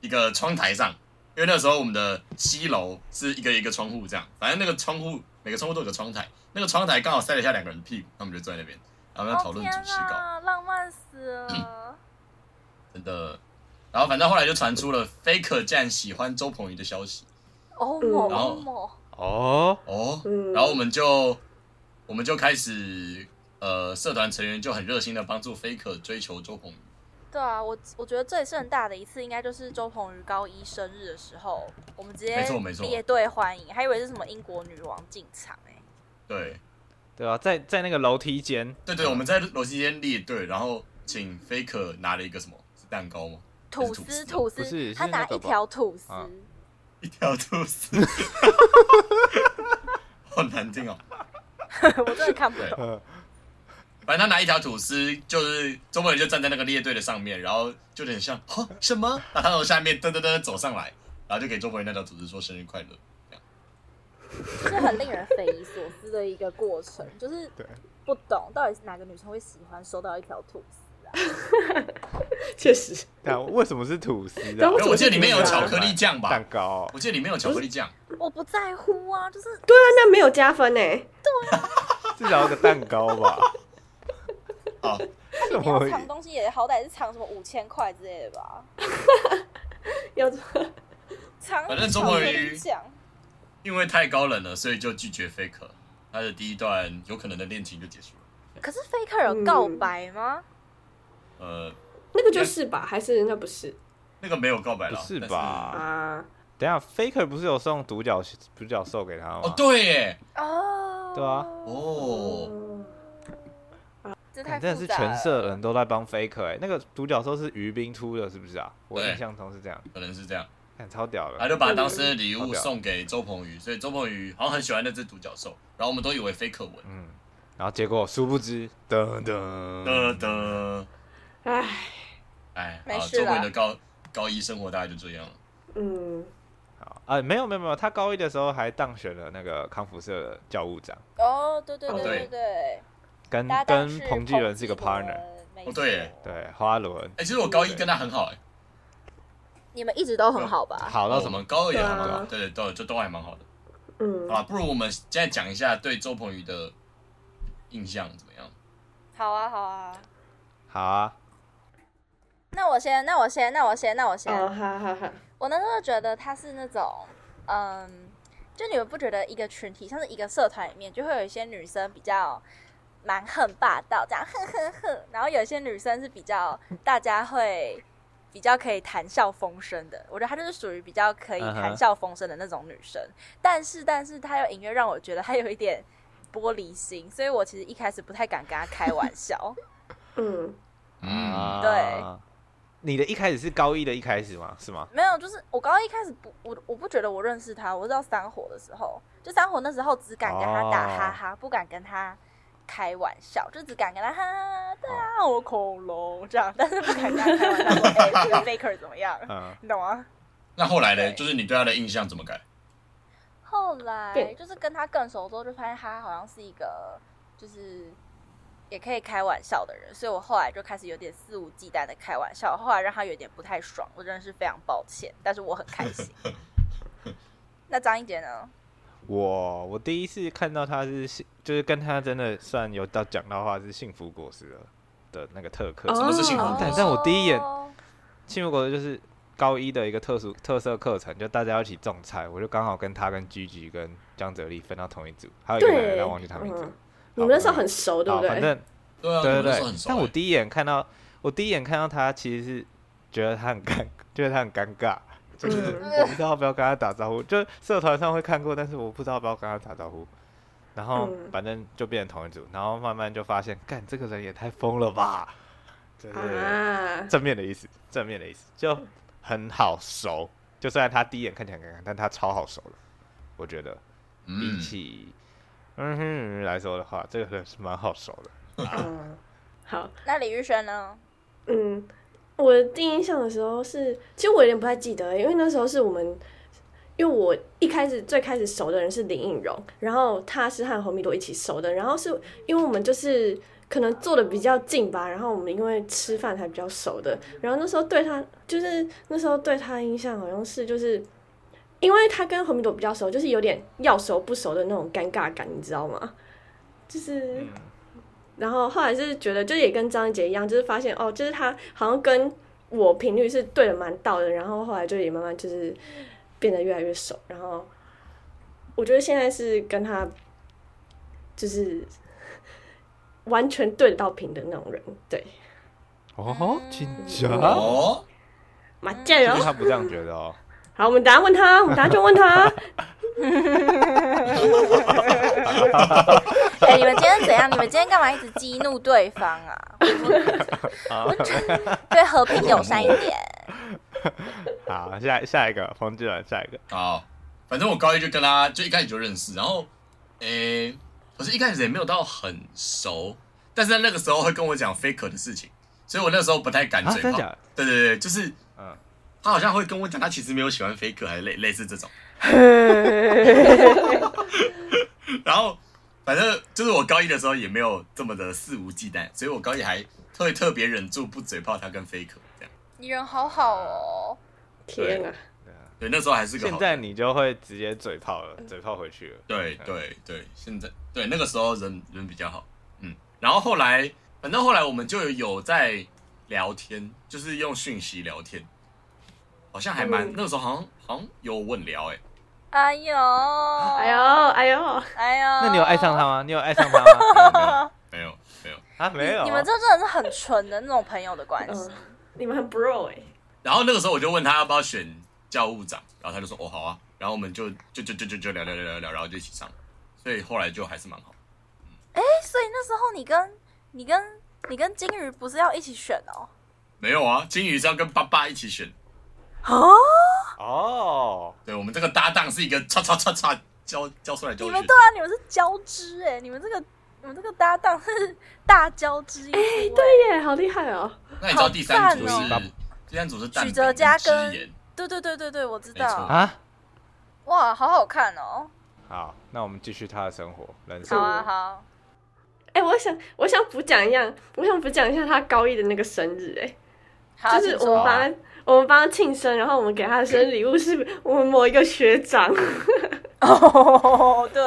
Speaker 2: 一个窗台上，因为那时候我们的七楼是一个一个窗户这样，反正那个窗户每个窗户都有个窗台，那个窗台刚好塞了一下两个人屁股，他们就坐在那边，然后要讨
Speaker 1: 哦
Speaker 2: 论
Speaker 1: 天
Speaker 2: 主持稿。
Speaker 1: 啊，浪漫死 了！
Speaker 2: 真的。然后反正后来就传出了 Faker 竟然喜欢周鹏宇的消息
Speaker 1: 哦
Speaker 4: 嗯
Speaker 1: 莫
Speaker 2: 然后
Speaker 1: 哦莫，
Speaker 3: 哦，
Speaker 2: 哦，
Speaker 4: 嗯
Speaker 2: 然后我们就我们就开始呃，社团成员就很热心的帮助 Faker 追求周鹏宇。
Speaker 1: 对啊，我我觉得最盛大的一次应该就是周鹏宇高一生日的时候，我们直接
Speaker 2: 没错没错
Speaker 1: 列队欢迎，还以为是什么英国女王进场哎、
Speaker 2: 对
Speaker 3: 对啊，在在那个楼梯间，
Speaker 2: 对对，我们在楼梯间列队，然后请 Faker 拿了一个什么是蛋糕 吗？
Speaker 1: 吐
Speaker 2: 还是
Speaker 1: 司
Speaker 2: 吐
Speaker 1: 吐
Speaker 3: 不是
Speaker 1: 司，他
Speaker 3: 是那
Speaker 1: 拿
Speaker 3: 个
Speaker 1: 一条吐司，
Speaker 3: 啊
Speaker 2: 一条吐 司，好难听哦。
Speaker 1: 我真的看不懂。
Speaker 3: 呃，
Speaker 2: 反正他拿一条吐司，就是周末人就站在那个列队的上面，然后就有点像哈什么，然后他从下面噔噔噔走上来，然后就给周末人那条吐司说生日快乐。
Speaker 1: 是很令人匪夷所思的一个过程，就是
Speaker 3: 对
Speaker 1: 不懂到底是哪个女生会喜欢收到一条吐司啊？
Speaker 4: 确实，
Speaker 3: 但为什么是吐司啊
Speaker 4: 但？为
Speaker 2: 哎
Speaker 4: 什么
Speaker 2: 我记得啊里面有巧克力酱吧
Speaker 3: 蛋？糕
Speaker 2: 我记得里面有巧克力酱，
Speaker 1: 我不在乎啊，就是
Speaker 4: 对啊，那没有加分诶。
Speaker 3: 至少有个蛋糕吧？
Speaker 2: 哦，
Speaker 3: 什
Speaker 1: 你要
Speaker 3: 么？
Speaker 1: 藏东西也好歹是藏什么五千块之类的吧？
Speaker 4: 要
Speaker 1: 藏
Speaker 2: 反正周
Speaker 1: 巧
Speaker 2: 嗯末
Speaker 1: 克
Speaker 2: 鱼
Speaker 1: 力酱，
Speaker 2: 因为太高冷了，所以就拒绝 Faker。他的第一段有可能的恋情就结束了。
Speaker 1: 可是 Faker 有告白吗？
Speaker 2: 呃，
Speaker 4: 那个就是吧，还是那不是？
Speaker 2: 那那个没有告白
Speaker 3: 不
Speaker 2: 了，
Speaker 3: 是
Speaker 2: 但
Speaker 3: 吧？
Speaker 4: 啊，
Speaker 3: 等一下，Faker 不是有送独角独角兽给他吗？
Speaker 2: 哦，对耶，
Speaker 1: 哦，
Speaker 3: 对啊，
Speaker 2: 哦，
Speaker 1: 这太复杂
Speaker 3: 看真
Speaker 1: 了
Speaker 3: 的是全社人都在帮 Faker 哎、那个独角兽是于冰出的，是不是啊？我
Speaker 2: 对
Speaker 3: 印象中是这样，
Speaker 2: 可能是这样。
Speaker 3: 看超屌的。
Speaker 2: 他就把它当生日礼
Speaker 3: 好
Speaker 2: 物
Speaker 3: 屌
Speaker 2: 送给周鹏宇，所以周鹏宇好像很喜欢那只独角兽，然后我们都以为 Faker 文。
Speaker 3: 嗯，然后结果殊不知，噔噔
Speaker 2: 的的，
Speaker 4: 唉，
Speaker 2: 哎，
Speaker 1: 没
Speaker 2: 好，
Speaker 1: 事
Speaker 2: 周鹏宇
Speaker 1: 啦
Speaker 2: 的高高一生活大概就这样了。
Speaker 4: 嗯，
Speaker 3: 好啊、没有没有没有，他高一的时候还当选了那个康复社的教务长，
Speaker 1: 哦，对对
Speaker 4: 哦
Speaker 1: 对对
Speaker 2: 对
Speaker 1: 对，
Speaker 3: 跟
Speaker 1: 搭档
Speaker 3: 嗯跟
Speaker 1: 是
Speaker 3: 彭继伦是一个
Speaker 1: 彭继
Speaker 3: partner，
Speaker 1: 伦没
Speaker 2: 哦对耶
Speaker 1: 错，
Speaker 3: 对，花轮
Speaker 2: 哎，其实我高一跟他很好，哎，
Speaker 1: 你们一直都很好吧？
Speaker 3: 好到
Speaker 2: 哦
Speaker 3: 什
Speaker 2: 我
Speaker 3: 么
Speaker 2: 们？高二也很
Speaker 4: 对
Speaker 2: 好
Speaker 4: 啊，
Speaker 2: 对对，都就都还蛮好的。
Speaker 4: 嗯
Speaker 2: 好，啦，不如我们现在讲一下对周鹏宇的印象怎么样？
Speaker 1: 好啊，好啊。
Speaker 3: 好啊，
Speaker 1: 那我先，那我先，那我先，那我先。
Speaker 4: 哦，哈哈哈，
Speaker 1: 我那时候觉得他是那种，嗯，就你们不觉得一个群体，像是一个社团里面，就会有一些女生比较蛮横霸道，这样哼哼哼，然后有一些女生是比较
Speaker 3: 嗯
Speaker 1: 大家会比较可以谈笑风生的。我觉得她就是属于比较可以
Speaker 3: 嗯哼
Speaker 1: 谈笑风生的那种女生但是但是她又隐约让我觉得她有一点玻璃心，所以我其实一开始不太敢跟她开玩笑。
Speaker 4: 嗯，
Speaker 2: 嗯，
Speaker 3: 啊
Speaker 1: 对。
Speaker 3: 你的一开始是高一的一开始吗？是吗？
Speaker 1: 没有，就是我高一开始不，我我不觉得我认识他，我知道三火的时候，就三火那时候只敢跟他打哈哈，不敢跟他开玩笑，就只敢跟他哈哈，对啊，我恐龙这样，但是不敢跟他开玩笑说，哎、这个 Faker 怎么样？
Speaker 3: 嗯，
Speaker 1: 你懂吗？
Speaker 2: 那后来呢？
Speaker 1: 对
Speaker 2: 就是你对他的印象怎么改？
Speaker 1: 后来
Speaker 4: 对
Speaker 1: 就是跟他更熟之后，就发现他好像是一个就是也可以开玩笑的人，所以我后来就开始有点肆无忌惮的开玩笑，后来让他有点不太爽，我真的是非常抱歉，但是我很开 心。那张一杰呢？
Speaker 3: 我我第一次看到他是幸，就是跟他真的算有到讲到话是幸福果实的的那个特课，
Speaker 4: 哦
Speaker 2: 什么是幸福果
Speaker 3: 但但我第一眼
Speaker 1: 哦
Speaker 3: 幸福果实就是高一的一个特殊特色课程，就大家要一起种菜，我就刚好跟他跟居居跟江哲丽分到同一组，还有一个男
Speaker 4: 对，
Speaker 3: 人，但忘记他名字
Speaker 4: 嗯。，你们那时候很熟，对
Speaker 3: 好，
Speaker 4: 不
Speaker 3: 反
Speaker 4: 对？
Speaker 3: 正
Speaker 2: 对啊，
Speaker 3: 对
Speaker 2: 你们那
Speaker 3: 对
Speaker 2: 时候
Speaker 3: 对
Speaker 2: 很，熟。
Speaker 3: 但我
Speaker 2: 哎
Speaker 3: 第一眼看到，我第一眼看到他其实是觉得他很尴，觉得他很尴尬，就是
Speaker 4: 嗯
Speaker 3: 我不知道要不要跟他打招呼，就社团上会看过，但是我不知道要不要跟他打招呼。然后
Speaker 4: 嗯
Speaker 3: 反正就变成同一组，然后慢慢就发现，干这个人也太疯了吧，就是
Speaker 4: 啊，
Speaker 3: 正面的意思，正面的意思，就很好熟。就虽然他第一眼看起来很尴尬，但他超好熟了，我觉得比
Speaker 2: 嗯，
Speaker 3: 起嗯哼来说的话，这个人是蛮好熟的。
Speaker 4: 嗯，好，
Speaker 1: 那李玉轩呢？
Speaker 4: 嗯，我的第一印象的时候是，其实我有点不太记得，欸因为那时候是我们，因为我一开始最开始熟的人是林应荣，然后他是和红米朵一起熟的，然后是因为我们就是可能坐的比较近吧，然后我们因为吃饭才比较熟的，然后那时候对他就是那时候对他的印象好像是就是。因为他跟何米朵比较熟，就是有点要熟不熟的那种尴尬感，你知道吗？就是，然后后来是觉得，就也跟张杰一样，就是发现哦，就是他好像跟我频率是对的蛮到的，然后后来就也慢慢就是变得越来越熟，然后我觉得现在是跟他就是完全对得到频的那种人，对，
Speaker 3: 哦，请讲。
Speaker 2: 哦，
Speaker 4: 马加
Speaker 3: 因
Speaker 4: 油
Speaker 3: 为！
Speaker 1: 嗯
Speaker 3: 他不这样觉得哦。
Speaker 4: 好，我们等下问他，我们等下就问他，
Speaker 1: 哎、你们今天怎样？你们今天干嘛一直激怒对方 啊？我觉得对和平友善一点。
Speaker 3: 好，下下一个冯志远，下一个
Speaker 2: 好，反正我高一就跟他就一开始就认识，然后，诶、可是一开始也没有到很熟，但是在那个时候会跟我讲 faker 的事情，所以我那时候不太敢
Speaker 3: 啊，
Speaker 2: 嘴
Speaker 3: 真的
Speaker 2: 炮。
Speaker 3: 假的？
Speaker 2: 对对对，就是
Speaker 3: 嗯，
Speaker 2: 他好像会跟我讲他其实没有喜欢 faker，还类类似 这种。然后反正就是我高一的时候也没有这么的肆无忌惮，所以我高一还特特别忍住不嘴炮他跟 faker 这样。
Speaker 1: 你人好好哦，
Speaker 4: 天啊，
Speaker 2: 对，那时候还是个
Speaker 3: 现
Speaker 2: 好
Speaker 3: 在你就会直接嘴炮了，嘴炮回去了。
Speaker 2: 对对对，现在对那个时候人人比较好，嗯，然后后来反正后来我们就有在聊天，就是用讯息聊天，好像还蛮、
Speaker 4: 嗯
Speaker 2: 那个时候好像好像有问聊哎、欸
Speaker 1: 哎呦，
Speaker 4: 哎
Speaker 1: 哎
Speaker 4: 呦，哎呦，
Speaker 1: 哎呦，
Speaker 3: 那你有爱上他吗？你有爱上他 吗？
Speaker 2: 没有没有没有，
Speaker 3: 嗯啊，没有。
Speaker 4: 嗯
Speaker 1: 你们这真的是很纯的那种朋友的关系。欸
Speaker 4: 嗯，你们很 bro 哎、
Speaker 2: 然后那个时候我就问他要不要选教务长，然后他就说哦好啊，然后我们就就就就就就聊聊聊聊聊，然后就一起上了，所以后来就还是蛮好。
Speaker 1: 哎所以那时候你跟你跟你跟金鱼不是要一起选哦？
Speaker 2: 没有啊，金鱼是要跟爸爸一起选，
Speaker 1: 哦，
Speaker 3: 哦，
Speaker 2: 对我们这个搭档是一个叉叉叉叉交交出来交
Speaker 1: 你
Speaker 2: 去
Speaker 1: 们
Speaker 2: 的
Speaker 1: 对，啊，你们是交织哎、你们这个你们这个搭档是大交织一夫哎、对
Speaker 4: 耶，好厉害哦！
Speaker 2: 那你知道第三组
Speaker 1: 好
Speaker 2: 是、
Speaker 3: 赞哦
Speaker 2: 第三组是蛋饼
Speaker 1: 许哲嘉
Speaker 2: 跟
Speaker 1: 跟
Speaker 2: 之言
Speaker 1: 对对对对对，我知
Speaker 2: 没错
Speaker 1: 道。
Speaker 3: 啊，
Speaker 1: 哇，好好看哦！
Speaker 3: 好，那我们继续他的生活人
Speaker 1: 好
Speaker 3: 生。
Speaker 1: 啊好，
Speaker 4: 哎、我想我想补讲一样，我想补讲一下他高一的那个生日、
Speaker 1: 好
Speaker 4: 哎，就
Speaker 1: 请
Speaker 4: 是
Speaker 1: 啊
Speaker 4: 我
Speaker 1: 说
Speaker 4: 们帮他我们帮他庆生，然后我们给他的生日礼物是我们某一个 学长，
Speaker 1: 哦， 对，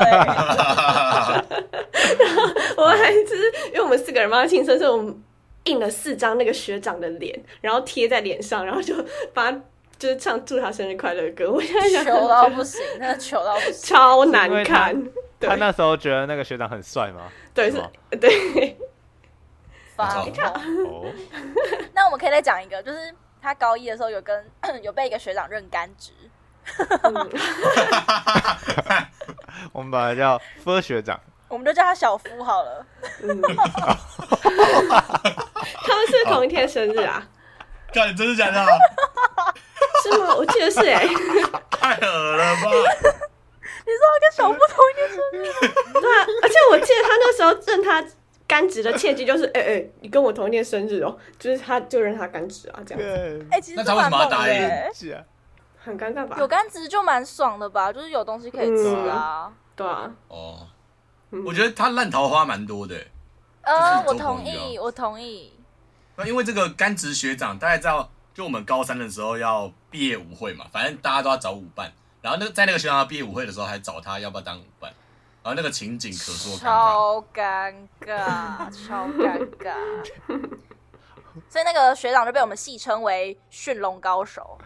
Speaker 4: 我们还就是因为我们四个人帮他庆生，所以我们印了四张那个学长的脸，然后贴在脸上，然后就把他就是唱祝他生日快乐的歌。我现在想
Speaker 1: 糗到不行，那糗到不行。
Speaker 4: 超难看，对
Speaker 3: 他那时候觉得那个学长很帅吗？
Speaker 4: 对
Speaker 3: 是
Speaker 4: 是
Speaker 3: 吗，
Speaker 4: 对，
Speaker 1: 发
Speaker 2: 你
Speaker 1: 疯。
Speaker 3: 哦，
Speaker 1: 那我们可以再讲一个，就是他高一的时候有跟 有被一个学长认干职，
Speaker 4: 嗯
Speaker 3: 我们把他叫夫学长，
Speaker 1: 我们就叫他小夫好了。
Speaker 4: 嗯 他们是同一天生日啊？
Speaker 2: 看真的 假的啊？
Speaker 4: 是吗？我记得是哎、
Speaker 2: 太恶了吧！
Speaker 1: 你说他跟小夫同一天生日，
Speaker 4: 对啊，而且我记得他那时候认他干职的契机就是，哎、哎、你跟我同一天生日哦， 就是他就认他干职啊，这样
Speaker 1: 哎、
Speaker 3: 对，
Speaker 1: 其实
Speaker 2: 那
Speaker 1: 这
Speaker 2: 他为
Speaker 1: 蛮
Speaker 2: 什么
Speaker 1: 猛
Speaker 2: 要
Speaker 1: 的、
Speaker 2: 答应
Speaker 1: 欸。
Speaker 3: 是啊，
Speaker 4: 很尴尬吧
Speaker 1: 有？干职就蛮爽的吧，就是有东西可以吃啊。
Speaker 4: 对啊，
Speaker 2: 哦，
Speaker 4: 嗯
Speaker 2: 我觉得他烂桃花蛮多的、
Speaker 1: 呃，
Speaker 2: 就是
Speaker 1: 我
Speaker 2: 做朋
Speaker 1: 同
Speaker 2: 友
Speaker 1: 意，我同意。
Speaker 2: 那因为这个甘职学长，大家知道，就我们高三的时候要毕业舞会嘛，反正大家都要找舞伴。然后那个在那个学长的毕业舞会的时候，还找他要不要当舞伴，然后那个情景可说尴
Speaker 1: 超尴
Speaker 2: 尬。
Speaker 1: 尬，超尴尬。 所以那个学长就被我们戏称为“驯龙高手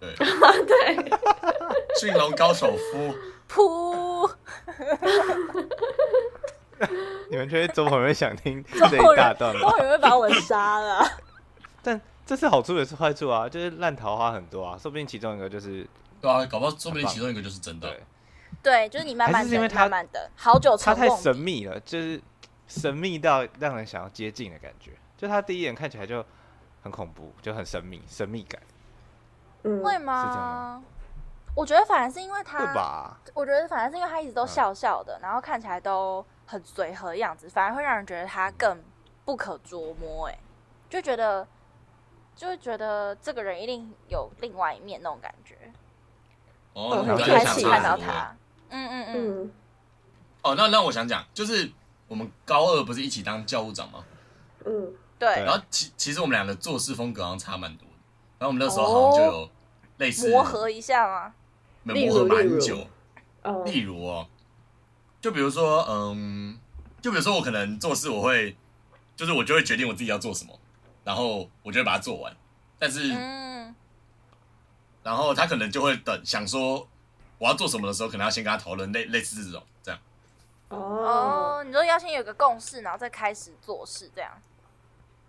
Speaker 2: 对，
Speaker 4: 对，
Speaker 2: 驯龙高手夫，”。
Speaker 1: 噗，
Speaker 3: 你们确定周鹏会想听这
Speaker 1: 终
Speaker 3: 一
Speaker 1: 于
Speaker 3: 大段吗？
Speaker 1: 终于会把我们杀了。
Speaker 3: 但这是好处也是坏处啊，就是烂桃花很多啊，说不定其中一个就是
Speaker 2: 对啊，搞不好说不定其中一个就是真的。
Speaker 3: 对，
Speaker 1: 对，就是你慢
Speaker 3: 还
Speaker 1: 慢
Speaker 3: 是是因为
Speaker 1: 等，
Speaker 3: 他
Speaker 1: 慢慢等，好久成
Speaker 3: 他太
Speaker 1: 瓮
Speaker 3: 神
Speaker 1: 底。
Speaker 3: 秘了，就是神秘到让人想要接近的感觉，就他第一眼看起来就很恐怖，就很神秘，神秘感
Speaker 4: 嗯，
Speaker 1: 会
Speaker 3: 是这样
Speaker 1: 吗
Speaker 3: 吗？
Speaker 1: 我觉得反而是因为他
Speaker 3: 会，吧？
Speaker 1: 我觉得反而是因为他一直都笑笑的，然后看起来都很随和的样子，反而会让人觉得他更不可捉摸、哎，就觉得就会觉得这个人一定有另外一面那种感觉。
Speaker 2: 哦，
Speaker 4: 嗯
Speaker 2: 你
Speaker 1: 开
Speaker 2: 刚才
Speaker 1: 始
Speaker 2: 想
Speaker 1: 看
Speaker 2: 看
Speaker 1: 到
Speaker 2: 到
Speaker 1: 他。嗯嗯嗯，
Speaker 4: 嗯，
Speaker 2: 哦，那那我想讲，就是我们高二不是一起当教务长吗？
Speaker 4: 嗯
Speaker 1: 对
Speaker 3: 对，
Speaker 2: 然后其其实我们俩的做事风格好像差蛮多的。然后我们那时候好像就有类似
Speaker 1: 磨合一下嘛。
Speaker 2: 没
Speaker 4: 例
Speaker 2: 有
Speaker 4: 如
Speaker 2: 磨合
Speaker 4: 例如
Speaker 2: 蛮久。
Speaker 4: 哦，
Speaker 2: 例如哦，就比如说，嗯，就比如说我可能做事我会，就是我就会决定我自己要做什么，然后我就会把它做完。但是，
Speaker 1: 嗯，
Speaker 2: 然后他可能就会等，想说我要做什么的时候，可能要先跟他讨论类类似这种这样。
Speaker 4: 哦，
Speaker 1: 哦，你说要先有个共识，然后再开始做事，这样。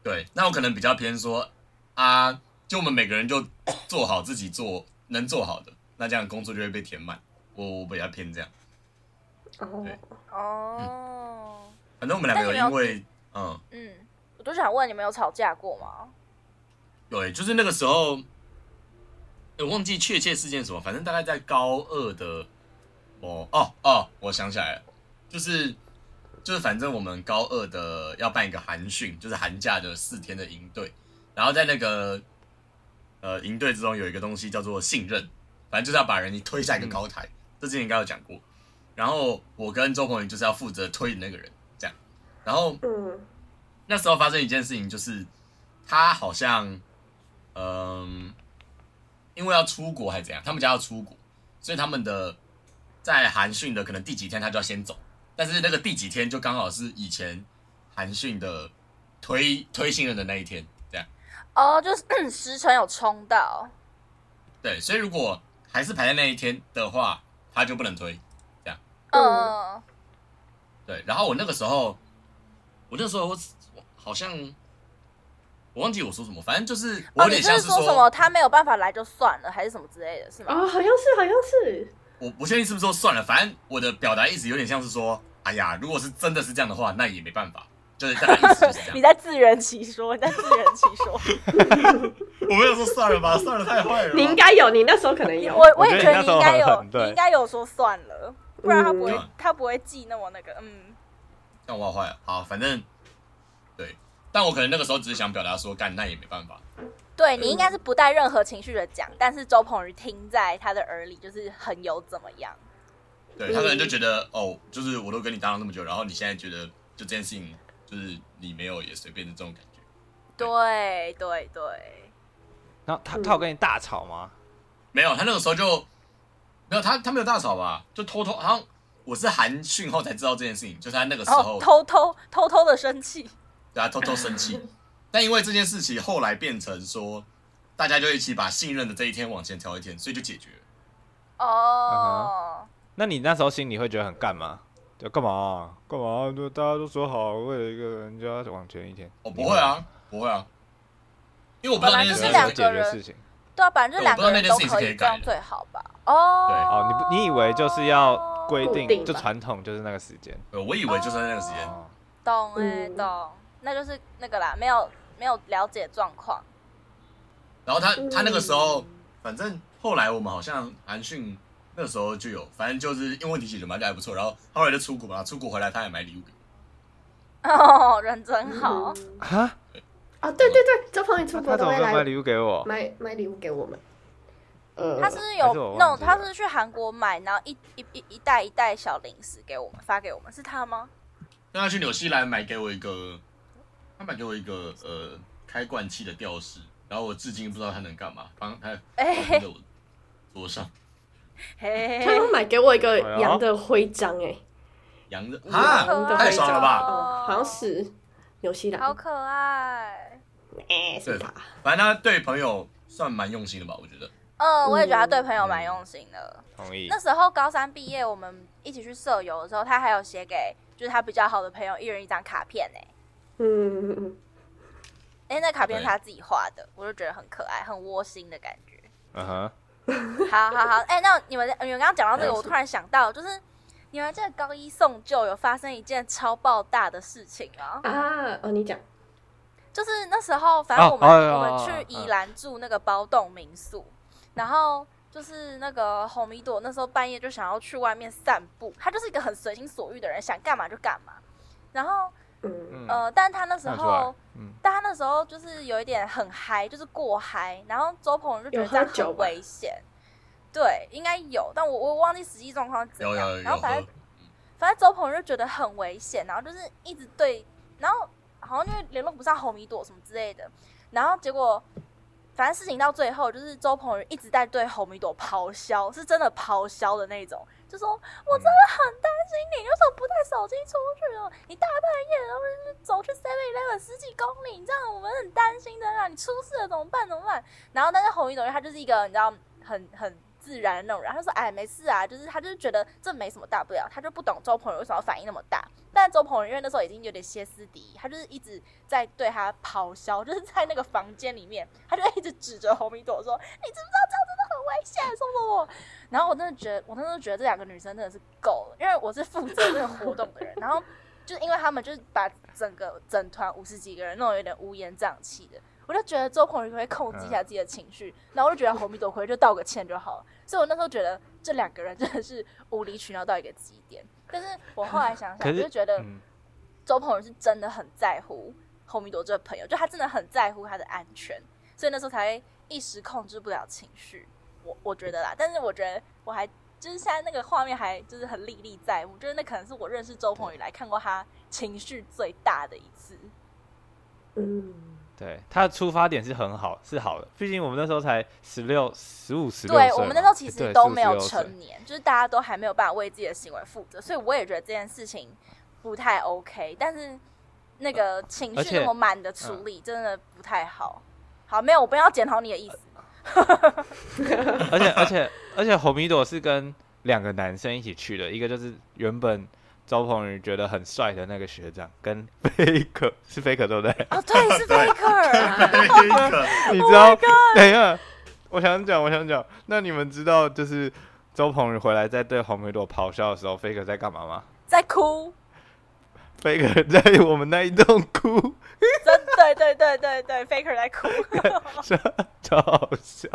Speaker 2: 对，那我可能比较偏说啊，就我们每个人就做好自己做能做好的，那这样工作就会被填满。我我比较偏这样。
Speaker 4: 哦，
Speaker 1: 哦，
Speaker 2: 反正我们两个有因为嗯，
Speaker 1: 嗯，我就想问你们有吵架过吗？
Speaker 2: 对，就是那个时候，我忘记确切事件是什么，反正大概在高二的，哦哦哦，我想起来了，就是就是反正我们高二的要办一个寒训，就是寒假的四天的营队，然后在那个呃营队之中有一个东西叫做信任，反正就是要把人推下一个高台，这之前应该有讲过。然后我跟周鹏宇就是要负责推的那个人，这样，然后。
Speaker 4: 嗯
Speaker 2: 那时候发生一件事情，就是他好像，嗯、因为要出国还是怎样，他们家要出国，所以他们的在韩训的可能第几天他就要先走，但是那个第几天就刚好是以前韩训的推推新人的那一天，这样
Speaker 1: 哦，就是 时辰有冲到。
Speaker 2: 对，所以如果还是排在那一天的话，他就不能推，
Speaker 1: 嗯，
Speaker 2: 对，然后我那个时候，我那时候我好像我忘记我说什么，反正就是我
Speaker 1: 哦，
Speaker 2: 有
Speaker 1: 你
Speaker 2: 点
Speaker 1: 就
Speaker 2: 像
Speaker 1: 是说什么他没有办法来就算了，还是什么之类的，是吗？
Speaker 4: 哦，好像是，好像是，
Speaker 2: 我不确定是不是说算了，反正我的表达意思有点像是说，哎呀，如果是真的是这样的话，那也没办法，就是大概意思就是这
Speaker 1: 你
Speaker 2: 样。
Speaker 1: 在自圆其说，你在自圆其 说。
Speaker 2: 我没有说算了吧，算了太坏了吧。
Speaker 4: 你应该有，你那时候可能有。
Speaker 1: 我
Speaker 3: 我
Speaker 1: 也
Speaker 3: 觉
Speaker 1: 觉
Speaker 3: 得
Speaker 1: 得
Speaker 3: 你那
Speaker 1: 你
Speaker 3: 时候
Speaker 1: 应该
Speaker 3: 很
Speaker 1: 有，
Speaker 3: 狠对
Speaker 1: 你应该有说算了，不然他不会
Speaker 2: 嗯
Speaker 1: 他不会记那么那个，嗯，
Speaker 2: 但我好坏了，啊好，反正对，但我可能那个时候只是想表达说，干那也没办法，
Speaker 1: 对你应该是不带任何情绪的讲，但是周鹏宇听在他的耳里就是很有怎么样，
Speaker 2: 对他可能就觉得哦，就是我都跟你搭档那么久，然后你现在觉得就这件事情就是你没有也随便的这种感觉，
Speaker 1: 对对对，
Speaker 3: 然后他
Speaker 4: 嗯
Speaker 3: 他有跟你大吵吗？
Speaker 2: 没有，他那个时候就没有他他没有大吵吧，就偷偷好像我是寒讯后才知道这件事情，就是他那个时
Speaker 1: 然
Speaker 2: 候
Speaker 1: 后偷偷偷偷的生气，
Speaker 2: 对啊，偷偷生气。但因为这件事情后来变成说，大家就一起把信任的这一天往前调一天，所以就解决了。 嗯
Speaker 1: 哦，
Speaker 3: 那你那时候心里会觉得很干吗？就干嘛啊干、嘛、就大家都说好，为了一个人就要往前一天。
Speaker 2: 哦，不会啊，不会啊，因为我不知道那件
Speaker 3: 你
Speaker 2: 事
Speaker 3: 会，
Speaker 1: 本
Speaker 2: 情
Speaker 1: 来就是两
Speaker 3: 解决事情。
Speaker 1: 对啊，反正就
Speaker 2: 对
Speaker 1: 两
Speaker 2: 我不知道
Speaker 1: 个人
Speaker 2: 那件
Speaker 1: 都
Speaker 2: 事情是
Speaker 1: 可
Speaker 2: 可
Speaker 1: 以
Speaker 2: 以
Speaker 1: 这
Speaker 2: 改
Speaker 1: 样
Speaker 2: 的
Speaker 1: 最好吧？哦，
Speaker 2: 对
Speaker 3: 哦，你不你以为就是要规
Speaker 4: 固
Speaker 3: 定，
Speaker 4: 定
Speaker 3: 就
Speaker 4: 吧
Speaker 3: 传统就是那个时间。
Speaker 2: 呃我以为就是在那个时间，
Speaker 3: 哦，
Speaker 1: 懂哎、
Speaker 4: 嗯
Speaker 1: 懂，那就是那个啦，没有没有了解状况，
Speaker 2: 然后他
Speaker 4: 嗯
Speaker 2: 他那个时
Speaker 1: 嗯
Speaker 2: 候，反正后来我们好像韩讯那时候就有，反正就是因为问题解决嘛，就还不错。然后后来就出国嘛，出国回来他也买礼物给我。
Speaker 1: 哦，人真好，
Speaker 4: 嗯
Speaker 3: 哈，
Speaker 4: 哦，对对对，周鹏宇出
Speaker 3: 他
Speaker 4: 国
Speaker 3: 啊他怎么
Speaker 4: 都会
Speaker 3: 没有买
Speaker 4: 来
Speaker 3: 礼物给我？
Speaker 4: 买买礼物给我们。呃，
Speaker 1: 他是不是
Speaker 3: 还是我
Speaker 1: 有
Speaker 3: 忘
Speaker 1: 那种，
Speaker 3: 记
Speaker 1: 他
Speaker 3: 了
Speaker 1: 是去韩国买，然后一一一一袋一袋小零食给我们发给我们，是他吗？
Speaker 2: 那他去纽西兰买给我一个，他买给我一个呃开罐器的吊饰，然后我至今不知道它能干嘛，帮他
Speaker 1: 哎、
Speaker 2: 放在我桌上
Speaker 1: 嘿嘿
Speaker 4: 他
Speaker 1: 嘿
Speaker 4: 们买给我一个
Speaker 3: 哎呀
Speaker 4: 羊的徽章、哎。
Speaker 2: 羊的
Speaker 1: 好可
Speaker 2: 啊，
Speaker 1: 爱
Speaker 4: 啊
Speaker 1: 哦
Speaker 2: 太爽了吧
Speaker 4: 哦，好像是纽西兰
Speaker 1: 好，可爱。
Speaker 4: 哎、是他，
Speaker 2: 反正他对朋友算蛮用心的吧，我觉得。
Speaker 1: 嗯，我也觉得他对朋友蛮用心的。
Speaker 3: 同意
Speaker 1: 那。时候高三毕业，我们一起去社游的时候，他还有写给就是他比较好的朋友一人一张卡片呢、
Speaker 4: 嗯嗯嗯，
Speaker 1: 哎、那卡片是
Speaker 2: 对
Speaker 1: 他自己画的，我就觉得很可爱，很窝心的感觉。
Speaker 3: 嗯哼，
Speaker 1: 好好好，哎、那你们你们刚刚讲到这个，
Speaker 4: 没
Speaker 1: 我
Speaker 4: 事
Speaker 1: 突然想到，就是你们这个高一送旧有发生一件超爆大的事情啊，
Speaker 4: 啊，哦，你讲，
Speaker 1: 就是那时候反正我们、
Speaker 3: 哦哎呀
Speaker 1: 我们去宜兰住那个包栋民宿，然后。就是那个红米朵，那时候半夜就想要去外面散步，他就是一个很随心所欲的人，想干嘛就干嘛。然后，
Speaker 4: 嗯，
Speaker 3: 嗯，
Speaker 1: 呃，但他那时
Speaker 3: 看得出来
Speaker 1: 候，
Speaker 3: 嗯，
Speaker 1: 但他那时候就是有一点很嗨，就是过嗨，然后周鹏就觉得
Speaker 4: 有
Speaker 1: 这样
Speaker 4: 喝酒
Speaker 1: 很
Speaker 4: 吧
Speaker 1: 危险。对，应该有，但我我忘记实际状况是怎
Speaker 2: 有
Speaker 1: 样。
Speaker 2: 有有
Speaker 1: 然后反
Speaker 2: 喝
Speaker 1: 正，反正周鹏就觉得很危险，然后就是一直对，然后好像就是联络不上红米朵什么之类的，然后结果反正事情到最后就是周鹏一直在对红米朵咆哮，是真的咆哮的那种，就说我
Speaker 3: 嗯
Speaker 1: 真的很担心你，你为什么不带手机出去哦？你大半夜的，或者是走去 Seven Eleven 十几公里，你这样我们很担心的啦，你出事了怎么办？怎么办？然后但是红衣同学他就是一个你知道很很自然的那种人，他就说哎没事啊，就是他就是觉得这没什么大不了，他就不懂周鹏宇为什么要反应那么大。但周鹏宇因为那时候已经有点歇斯底里，他就是一直在对他咆哮，就是在那个房间里面，他就一直指着红米朵说：“哎你知不知道这样真的很危险？”什么什么。然后我真的觉得，我真的觉得这两个女生真的是够了，因为我是负责那个活动的人，然后就是因为他们就是把整个整团五十几个人弄得有点乌烟瘴气的，我就觉得周鹏宇可不可以控制一下自己的情绪，然后我就觉得红米朵回就道个歉就好了。所以我那时候觉得这两个人真的是无理取闹到一个极点。但是我后来想
Speaker 3: 可
Speaker 1: 想，
Speaker 3: 是
Speaker 1: 就觉得
Speaker 3: 嗯，
Speaker 1: 周鹏宇是真的很在乎红米朵这个朋友，就他真的很在乎他的安全，所以那时候才会一时控制不了情绪。我我觉得啦，但是我觉得我还就是现在那个画面还就是很历历在目，就是那可能是我认识周鹏宇以来看过他情绪最大的一次。
Speaker 4: 嗯，
Speaker 3: 对，他的出发点是很好，是好的。毕竟我们那时候才十六、十五、十六
Speaker 1: 对，我们那时候其实都没有
Speaker 3: 成
Speaker 1: 成。年，就是大家都还没有办法为自己的行为负责，所以我也觉得这件事情不太 OK。但是那个情
Speaker 3: 呃而
Speaker 1: 绪
Speaker 3: 且嗯
Speaker 1: 那么满的处理，真的不太好。好，没有，我不要检讨你的意思。
Speaker 3: 而且而且而且，红米朵是跟两个男生一起去的，一个就是原本周鹏宇觉得很帅的那个学长，跟 Faker 是 Faker 对不 对？
Speaker 1: 哦， 对，是 Faker， Oh
Speaker 2: Faker，
Speaker 3: 你知道？等一下，我想讲，我想讲。那你们知道就是周鹏宇回来在对黄梅朵咆哮的时候，Faker 在干嘛吗
Speaker 1: 在哭，
Speaker 3: ？Faker 在我们那一栋哭，
Speaker 1: 真对对对对对，Faker 在哭，
Speaker 3: 超超好笑。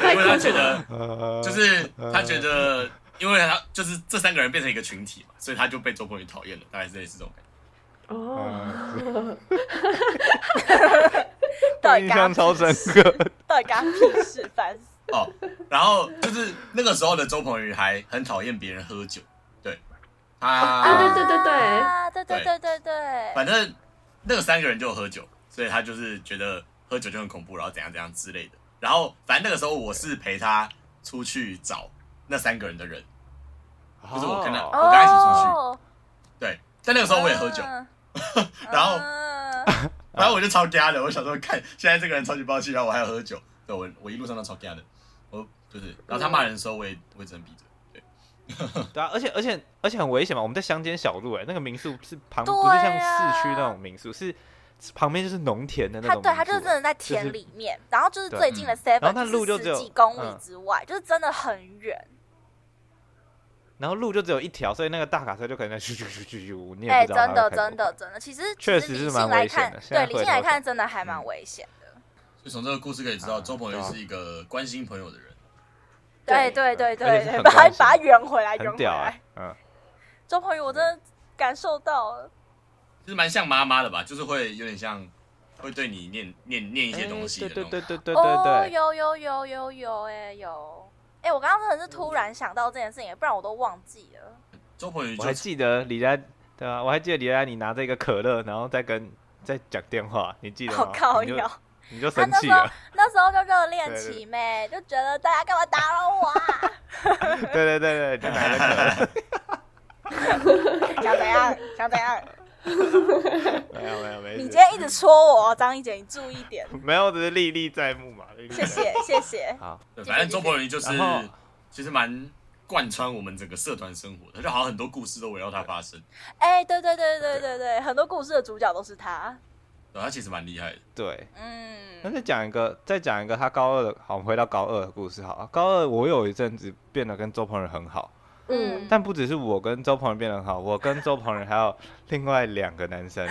Speaker 2: 因为他觉得
Speaker 3: 呃，
Speaker 2: 就是他觉得，因为他就是这三个人变成一个群体嘛，所以他就被周鹏宇讨厌了，大概是类似这种感觉。
Speaker 4: 哦，
Speaker 3: 呃
Speaker 1: 到底
Speaker 3: 印
Speaker 1: 干
Speaker 3: 象
Speaker 1: 他
Speaker 3: 超
Speaker 1: 屁
Speaker 3: 深
Speaker 1: 事？
Speaker 3: 刻。
Speaker 1: 到底干他屁事？烦死！
Speaker 2: 哦，然后就是那个时候的周鹏宇还很讨厌别人喝酒，对，他
Speaker 4: 啊对对对对
Speaker 1: 啊对对对对对，
Speaker 2: 反正那个三个人就有喝酒，所以他就是觉得喝酒就很恐怖，然后怎样怎样之类的。然后反正那个时候我是陪他出去找那三个人的人，就是我看到
Speaker 3: 哦
Speaker 2: 我跟他一起出去
Speaker 1: 哦
Speaker 2: 对。但那个时候我也喝酒，
Speaker 1: 嗯
Speaker 2: 然后
Speaker 1: 嗯
Speaker 2: 然后我就超尬的，我想说看现在这个人超级暴气，然后我还要喝酒，对我我一路上都超尬的，我就是，然后他骂人的时候我也我也只能闭嘴。
Speaker 3: 对啊，而且而且而且很危险嘛，我们在乡间小路哎、那个民宿是旁、
Speaker 1: 对啊
Speaker 3: 不是像市区那种民宿，是是旁边就是农田的那
Speaker 1: 他
Speaker 3: 种民宿
Speaker 1: 对
Speaker 3: 哎。
Speaker 1: 他就是真的在田里面，然后就是最近的 seven，
Speaker 3: 然后那路就只
Speaker 1: 十
Speaker 3: 有
Speaker 1: 几公里
Speaker 3: 嗯
Speaker 1: 之外，就是真的很远。
Speaker 3: 然后路就只有一条，所以那个大卡车就可能在咻咻咻咻咻，你也
Speaker 1: 哎，
Speaker 3: 不知道
Speaker 1: 真
Speaker 3: 它
Speaker 1: 的
Speaker 3: 会开多
Speaker 1: 真的真的，其实
Speaker 3: 确
Speaker 1: 其
Speaker 3: 实
Speaker 1: 理
Speaker 3: 是
Speaker 1: 性
Speaker 3: 蛮
Speaker 1: 来
Speaker 3: 危险
Speaker 1: 看
Speaker 3: 的，现
Speaker 1: 对
Speaker 3: 在
Speaker 1: 理
Speaker 3: 回
Speaker 1: 性来
Speaker 3: 头
Speaker 1: 看
Speaker 3: 看
Speaker 1: 真的还
Speaker 3: 嗯
Speaker 1: 蛮危险的。
Speaker 2: 所以从这个故事可以知道，
Speaker 3: 啊
Speaker 2: 周鹏宇
Speaker 3: 对啊
Speaker 2: 是一个关心朋友的人。
Speaker 1: 对对对
Speaker 3: 而
Speaker 1: 对
Speaker 3: 且是
Speaker 1: 对，
Speaker 3: 很
Speaker 1: 把它
Speaker 3: 关心
Speaker 1: 把它圆回来，圆
Speaker 3: 很
Speaker 1: 回
Speaker 3: 屌
Speaker 1: 来
Speaker 3: 哎。、嗯，
Speaker 1: 周鹏宇，我真的感受到了，
Speaker 2: 就是蛮像妈妈的吧，就是会有点像，会对你念念念一些东西的
Speaker 3: 哎
Speaker 2: 那
Speaker 3: 对
Speaker 2: 种。
Speaker 3: 对对对对
Speaker 1: 哦，
Speaker 3: 对对，
Speaker 1: 有有有有有，哎有，哎，我刚刚真的是突然想到这件事情，不然我都忘记了。
Speaker 2: 周鹏宇
Speaker 3: 我
Speaker 2: 就
Speaker 3: 还记得李佳对啊，我还记得李佳你拿着一个可乐，然后再跟再讲电话，你记得
Speaker 1: 好
Speaker 3: 吗？
Speaker 1: 靠
Speaker 3: 你就
Speaker 1: 腰，
Speaker 3: 你就
Speaker 1: 他
Speaker 3: 生
Speaker 1: 那
Speaker 3: 气
Speaker 1: 时候
Speaker 3: 了，
Speaker 1: 那时候就热恋
Speaker 3: 对对
Speaker 1: 期呗，就觉得大家干嘛打扰我啊？
Speaker 3: 对对对对，就拿着可 乐。
Speaker 1: 想怎样？想怎样？
Speaker 3: 没有没有 没
Speaker 1: 你
Speaker 3: 事，
Speaker 1: 今天一直戳我，哦张一姐，你注意点。
Speaker 3: 没有，只是历历在目嘛。历历在
Speaker 1: 谢
Speaker 3: 目
Speaker 1: 谢，谢谢。
Speaker 3: 好，
Speaker 2: 对反正周鹏宇就是
Speaker 3: 然后
Speaker 2: 其实蛮贯穿我们整个社团生活的，他就好像很多故事都围绕他发生。
Speaker 1: 哎、对对对对对对，很多故事的主角都是他。
Speaker 2: 对，他其实蛮厉害的。
Speaker 3: 对。那
Speaker 1: 嗯，
Speaker 3: 再讲一个，再讲一个他高二的，好，我们回到高二的故事好了。高二我有一阵子变得跟周鹏仁很好，
Speaker 1: 嗯
Speaker 4: 嗯，
Speaker 3: 但不只是我跟周鹏仁变得很好，我跟周鹏仁还有另外两个男生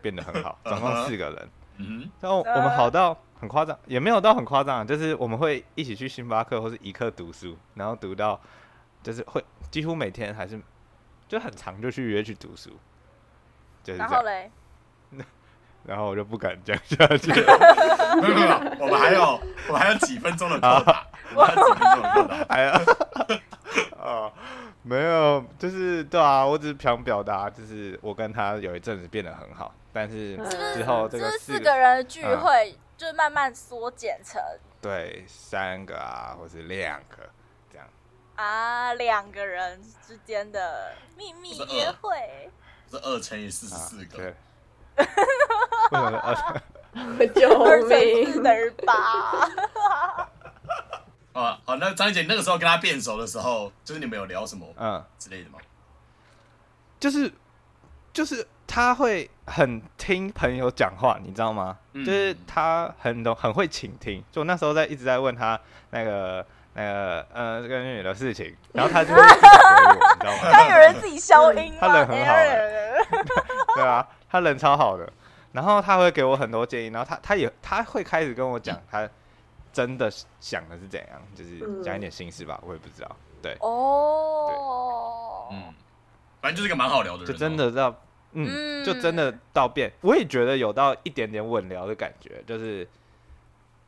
Speaker 3: 变得很好，总共四个人。
Speaker 2: 嗯
Speaker 3: 然后我们好到很夸张，也没有到很夸张，就是我们会一起去星巴克或是一克读书，然后读到就是会几乎每天还是就很长就去约去读书，就是这
Speaker 1: 然后
Speaker 3: 样。
Speaker 1: 嘞，
Speaker 3: 然后我就不敢讲下去了。
Speaker 2: 哼，没有没有，没有我们还有我们还有几分钟的扣 打，我们还有几分钟的扣打。
Speaker 3: 哎呀， 哦，没有，就是对啊，我只是想表达，就是我跟他有一阵子变得很好，但是
Speaker 4: 嗯
Speaker 3: 之后这
Speaker 1: 就
Speaker 3: 个啊
Speaker 1: 是
Speaker 3: 四
Speaker 1: 四个
Speaker 3: 个
Speaker 1: 人的聚会，就是慢慢缩减成
Speaker 3: 对三个啊，或是两个这样，
Speaker 1: 啊两个人之间的秘密约会。
Speaker 2: 是二乘以四十
Speaker 3: 啊
Speaker 2: 四个，
Speaker 3: 对。 为什么呃
Speaker 4: 嗯
Speaker 1: 二
Speaker 4: 救
Speaker 1: 乘四
Speaker 4: 命！
Speaker 1: 等于 八。
Speaker 2: 好吧哦好，那张姐那个时候跟他变熟的时候，就是你们有聊什么
Speaker 3: 嗯，
Speaker 2: 之类的吗？
Speaker 3: 就是就是他会很听朋友讲话，你知道吗？
Speaker 2: 嗯
Speaker 3: 就是他很懂，很会倾听。就我那时候在一直在问他那个那个呃这个女的事情，然后他就会一直回我，你知 道吗？
Speaker 1: 但有人自己消音吗？
Speaker 3: 他人很好
Speaker 1: 哎
Speaker 3: 对啊，他人超好的，然后他会给我很多建议，然后他他也他会开始跟我讲他真的想的是怎样，就是讲一点心事吧，我也不知道，对，
Speaker 1: 哦，
Speaker 2: 嗯，反正就是个蛮好聊的人哦，
Speaker 3: 就真的到
Speaker 1: 嗯
Speaker 3: 嗯，就真的到变，我也觉得有到一点点稳聊的感觉，就是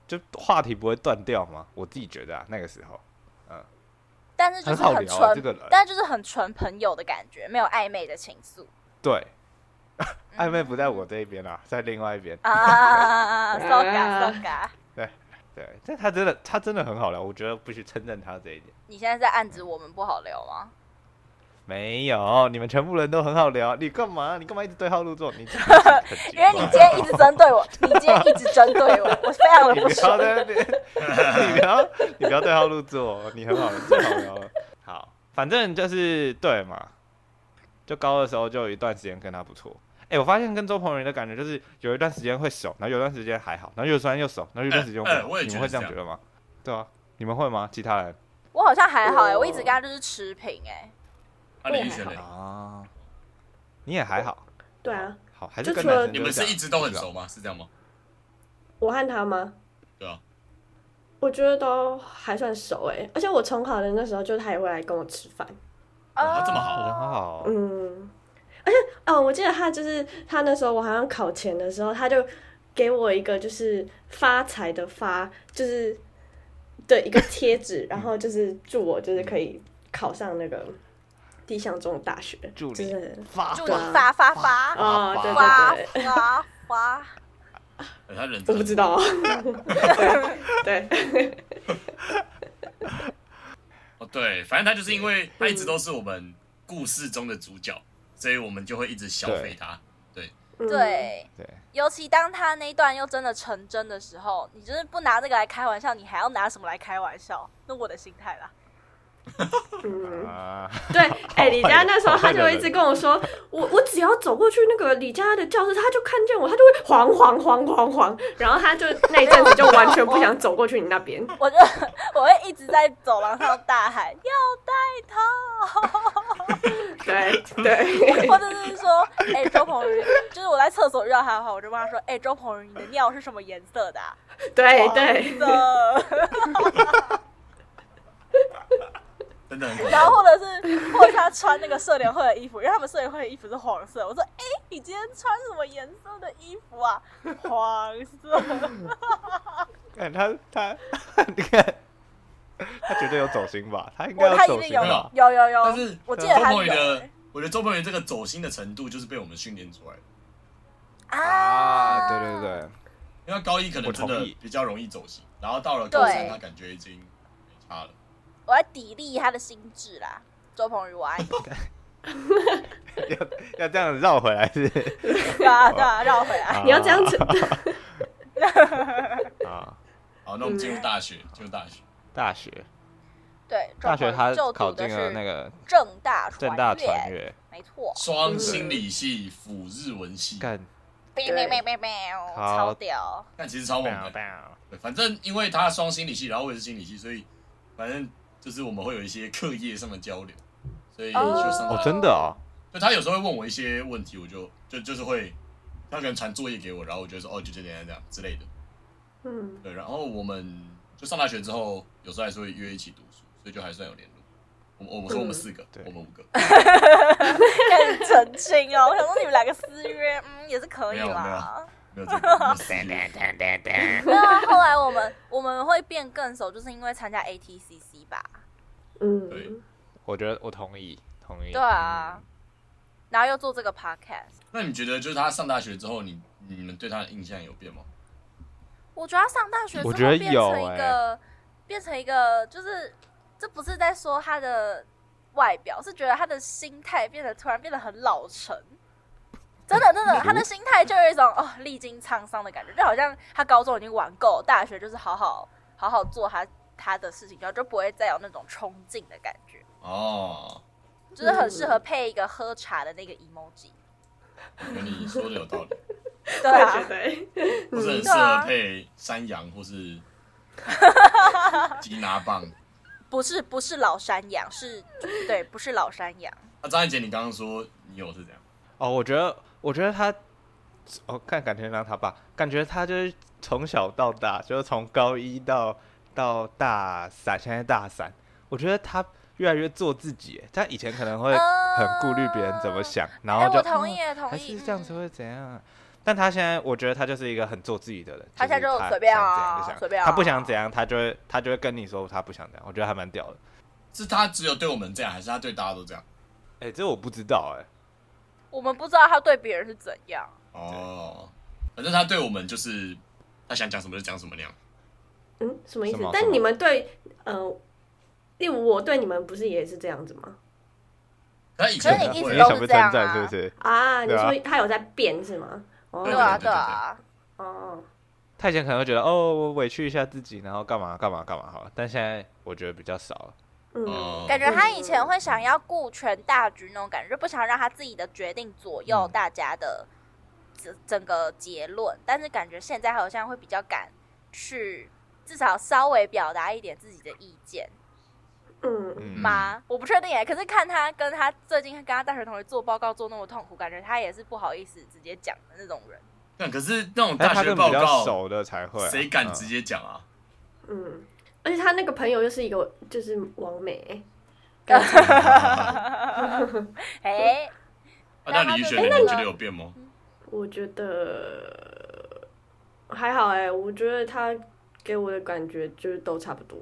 Speaker 3: 就话题不会断掉嘛，我自己觉得啊，那个时候
Speaker 1: 但是就是
Speaker 3: 很好
Speaker 1: 很
Speaker 3: 聊啊
Speaker 1: 纯，
Speaker 3: 这个人
Speaker 1: 但就是很纯朋友的感觉，没有暧昧的情愫。
Speaker 3: 对，
Speaker 1: 嗯
Speaker 3: 暧昧不在我这一边啦，在另外一边，
Speaker 1: 啊，骚嘎骚嘎！
Speaker 3: 对，但他真的他真的很好聊，我觉得必须称赞他这一点。
Speaker 1: 你现在在暗指我们不好聊吗？
Speaker 3: 没有，你们全部人都很好聊，你干嘛？你干嘛一直对号入座？你
Speaker 1: 因为你今天一直针对我，你今天一直针对我，我非常的
Speaker 3: 你
Speaker 1: 不
Speaker 3: 不要
Speaker 1: 爽。
Speaker 3: 在那边，你不要你不要对号入座，你很好，最好聊了。好，反正就是对嘛，就高二的时候就有一段时间跟他不错。哎、我发现跟周鹏宇的感觉就是有一段时间会熟，然后有一段时间还好，然后又酸又熟，然后有一段时间又不
Speaker 2: 哎
Speaker 3: 熟
Speaker 2: 哎我也
Speaker 3: 你
Speaker 2: 觉得
Speaker 3: 们会
Speaker 2: 是
Speaker 3: 这样
Speaker 2: 这
Speaker 3: 觉得吗？对啊，你们会吗？其他人
Speaker 1: 我好像还好哎、
Speaker 4: 我
Speaker 1: 我一直跟他就是持平哎、
Speaker 2: 啊，李玉轩嘞，
Speaker 3: 啊，你也还好，
Speaker 4: 对啊，
Speaker 3: 好还是
Speaker 4: 就
Speaker 3: 跟
Speaker 4: 除了
Speaker 3: 男生
Speaker 2: 你们
Speaker 3: 就是这
Speaker 2: 一
Speaker 3: 样
Speaker 2: 直都很熟吗？是这样吗？
Speaker 4: 我和他吗？
Speaker 2: 对啊，
Speaker 4: 我觉得都还算熟哎、而且我重考的那时候，就是他也会来跟我吃饭。
Speaker 2: 哇这么
Speaker 3: 哦人好
Speaker 1: 哦，
Speaker 3: 好哦，
Speaker 4: 嗯，而且哦，我记得他就是他那时候我好像考前的时候，他就给我一个就是发财的发，就是的一个贴纸，然后就是祝我就是可以考上那个第一象中的大学，
Speaker 3: 祝你
Speaker 4: 就是
Speaker 3: 发
Speaker 1: 呃祝
Speaker 4: 对
Speaker 1: 你
Speaker 4: 啊
Speaker 1: 发发发
Speaker 4: 哦，对
Speaker 1: 发
Speaker 4: 对对，
Speaker 1: 发发，
Speaker 2: 哎他人
Speaker 4: 我
Speaker 2: 真
Speaker 4: 不
Speaker 2: 的
Speaker 4: 知道，对对，
Speaker 2: 哦，对，反正他就是因为他一直都是我们故事中的主角，所以我们就会一直消费他。
Speaker 4: 嗯，
Speaker 1: 对。
Speaker 3: 对，
Speaker 1: 尤其当他那一段又真的成真的时候，你就是不拿这个来开玩笑，你还要拿什么来开玩笑？那我的心态啦。
Speaker 4: 嗯。
Speaker 3: 啊，
Speaker 4: 对，哎、
Speaker 3: 好
Speaker 4: 李
Speaker 3: 坏
Speaker 4: 佳
Speaker 3: 人
Speaker 4: 那时候
Speaker 3: 好坏
Speaker 4: 他
Speaker 3: 的
Speaker 4: 就一
Speaker 3: 人
Speaker 4: 直跟我说，我我只要走过去那个李佳的教室，他就看见我，他就会黄黄黄黄黄，然后他就那一阵子就完全不想走过去你那边。
Speaker 1: 我就 我会一直在走廊上大喊要带套，
Speaker 4: 对对，
Speaker 1: 或者是说， 哎、周鹏宇，就是我在厕所遇到他的话，我就问他说，哎、周鹏宇，你的尿是什么颜色的、啊？
Speaker 4: 对对，
Speaker 1: 的，
Speaker 2: 真的很可
Speaker 1: 然后
Speaker 2: 爱。
Speaker 1: 或者是或者是他穿那个社联会的衣服，因为他们社联会的衣服是黄色，我说，哎、你今天穿什么颜色的衣服啊？黄色。
Speaker 3: 看他他， 你看他绝对有走心吧？他应该
Speaker 1: 我
Speaker 3: 有
Speaker 1: 他
Speaker 3: 走
Speaker 1: 一定
Speaker 3: 心
Speaker 1: 有
Speaker 3: 吧？
Speaker 1: 有有有，
Speaker 2: 但是
Speaker 1: 我记得
Speaker 2: 周
Speaker 1: 他
Speaker 2: 鹏宇
Speaker 1: 有哎
Speaker 2: 的，我觉得周鹏宇这个走心的程度就是被我们训练出来的，
Speaker 3: 啊，对对，对，
Speaker 2: 因为高一可能真
Speaker 3: 我
Speaker 2: 的
Speaker 3: 同意
Speaker 2: 比较容易走心，然后到了高三
Speaker 1: 对
Speaker 2: 他感觉已经没差了。
Speaker 1: 我要砥砺他的心智啦。周鹏宇，我爱你，
Speaker 3: 要这样子绕回 来是不是
Speaker 1: 对 啊对啊，绕回来，
Speaker 4: 你要这样 子，
Speaker 3: 啊。
Speaker 2: 好，那我们进入大学，
Speaker 1: 嗯
Speaker 2: 进入大学。
Speaker 3: 大学，
Speaker 1: 对，
Speaker 3: 大学他
Speaker 1: 就
Speaker 3: 考进了
Speaker 1: 是
Speaker 3: 那个
Speaker 1: 正大
Speaker 3: 正大传
Speaker 1: 传，
Speaker 3: 乐，
Speaker 1: 没错，
Speaker 2: 双心理系辅日文系，
Speaker 3: 干
Speaker 1: 哔哔哔哔哔，超屌，
Speaker 2: 但其实超猛的。
Speaker 3: bang
Speaker 2: 对反正因为他双心理系，然后我也是心理系，所以反正就是我们会有一些课业上的交流，所以
Speaker 1: 哦
Speaker 2: 就上
Speaker 3: 哦，
Speaker 2: 他，
Speaker 3: 真的哦，
Speaker 2: 就他有时候会问我一些问题，我就就就是会，他可能传作业给我，然后我就说哦，就这样这样之类的。
Speaker 4: 嗯，
Speaker 2: 对，然后我们就上大学之后，有时候还是会约一起读书，所以就还算有联络。我们我
Speaker 1: 嗯
Speaker 2: 们说我们四个，
Speaker 3: 对
Speaker 2: 我们五个，
Speaker 1: 开始澄清哦。我想说你们两个私约，嗯，也是可以
Speaker 2: 没有没
Speaker 1: 啦
Speaker 2: 有。没有这个我们四个。
Speaker 1: 对啊，后来我们我们会变更熟，就是因为参加 ATCC 吧。
Speaker 2: 对
Speaker 4: 嗯，
Speaker 3: 我觉得我同意，同意。
Speaker 1: 对啊，然后又做这个 podcast。
Speaker 2: 那你觉得就是他上大学之后，你你们对他的印象有变吗？
Speaker 1: 我觉得他上大学之后
Speaker 3: 我觉得
Speaker 1: 变
Speaker 3: 有欸
Speaker 1: 成一个、变成一个，就是这不是在说他的外表，是觉得他的心态变得突然变得很老成。真的，真的，他的心态就有一种哦历经沧桑的感觉，就好像他高中已经玩够，大学就是好好好好做他他的事情，就就不会再有那种冲劲的感觉，
Speaker 2: 哦，
Speaker 1: 就是很适
Speaker 4: 嗯
Speaker 1: 合配一个喝茶的那个 emoji。
Speaker 2: 我觉得你说的有道理，
Speaker 1: 对
Speaker 4: 我也
Speaker 1: 啊
Speaker 4: 觉，得，
Speaker 2: 或是很适
Speaker 1: 对啊
Speaker 2: 合配山羊或是吉拿棒。
Speaker 1: 不是不是老山羊，是对，不是老山羊。
Speaker 2: 那啊张一杰，你刚刚说你有是怎样？
Speaker 3: 哦，我觉得，我觉得他，哦，看感觉让他爸，感觉他就是从小到大，就是从高一到到大三，现在大三，我觉得他越来越做自己耶。他以前可能会很
Speaker 1: 呃
Speaker 3: 顾虑别人怎么想，然
Speaker 1: 哦哎
Speaker 3: 后就
Speaker 1: 我同意
Speaker 3: 嗯
Speaker 1: 耶，同意，
Speaker 3: 还是这样子
Speaker 1: 嗯。
Speaker 3: 会怎样？啊但他现在，我觉得他就是一个很做自己的人。
Speaker 1: 他现在
Speaker 3: 是
Speaker 1: 就随便
Speaker 3: 想
Speaker 1: 啊
Speaker 3: 怎样就想
Speaker 1: 随便啊
Speaker 3: 他不想怎样，他就会他就会跟你说他不想怎样。我觉得还蛮屌的。
Speaker 2: 是他只有对我们这样，还是他对大家都这样？
Speaker 3: 哎、这我不知道哎、
Speaker 1: 我们不知道他对别人是怎样，
Speaker 2: 哦，反正他对我们就是他想讲什么就讲什么那样。
Speaker 4: 嗯，什么意
Speaker 3: 什
Speaker 4: 思
Speaker 3: 么？什
Speaker 4: 但
Speaker 3: 么
Speaker 4: 你们对，呃，例如我对你们不是也是这样子吗？
Speaker 2: 他以
Speaker 1: 可
Speaker 2: 前
Speaker 1: 是你
Speaker 2: 不
Speaker 1: 一
Speaker 2: 会
Speaker 1: 直
Speaker 3: 你
Speaker 1: 都
Speaker 2: 啊，
Speaker 3: 想被称赞是不是？
Speaker 4: 啊，你
Speaker 3: 对啊
Speaker 4: 说他有在变是吗？哦，
Speaker 1: 对
Speaker 2: 对
Speaker 1: 啊，
Speaker 2: 啊
Speaker 1: 对啊，
Speaker 4: 哦，
Speaker 3: 他以前可能会觉得哦，我委屈一下自己，然后干嘛干嘛干嘛好了，但现在我觉得比较少了。嗯
Speaker 4: 嗯，
Speaker 2: 哦，
Speaker 1: 感觉他以前会想要顾全大局那种感觉，就不想让他自己的决定左右
Speaker 3: 嗯
Speaker 1: 大家的整整个结论。但是感觉现在好像会比较敢去，至少稍微表达一点自己的意见
Speaker 4: 嗯，
Speaker 3: 嗯，
Speaker 1: 吗？我不确定哎。可是看他跟他最近跟他大学同学做报告做那么痛苦，感觉他也是不好意思直接讲的那种人。
Speaker 2: 但可是那种
Speaker 3: 但
Speaker 2: 大
Speaker 3: 他
Speaker 2: 学
Speaker 3: 跟比
Speaker 2: 报
Speaker 3: 较
Speaker 2: 告，
Speaker 3: 熟的才会啊，
Speaker 2: 谁敢
Speaker 3: 嗯
Speaker 2: 直接讲啊？
Speaker 4: 嗯，而且他那个朋友又是一个就是王 美，
Speaker 1: 哎，
Speaker 2: 啊那李宇轩，你
Speaker 4: 哎
Speaker 2: 们觉得有变吗？
Speaker 4: 我觉得还好哎、我觉得他给我的感觉就是都差不多。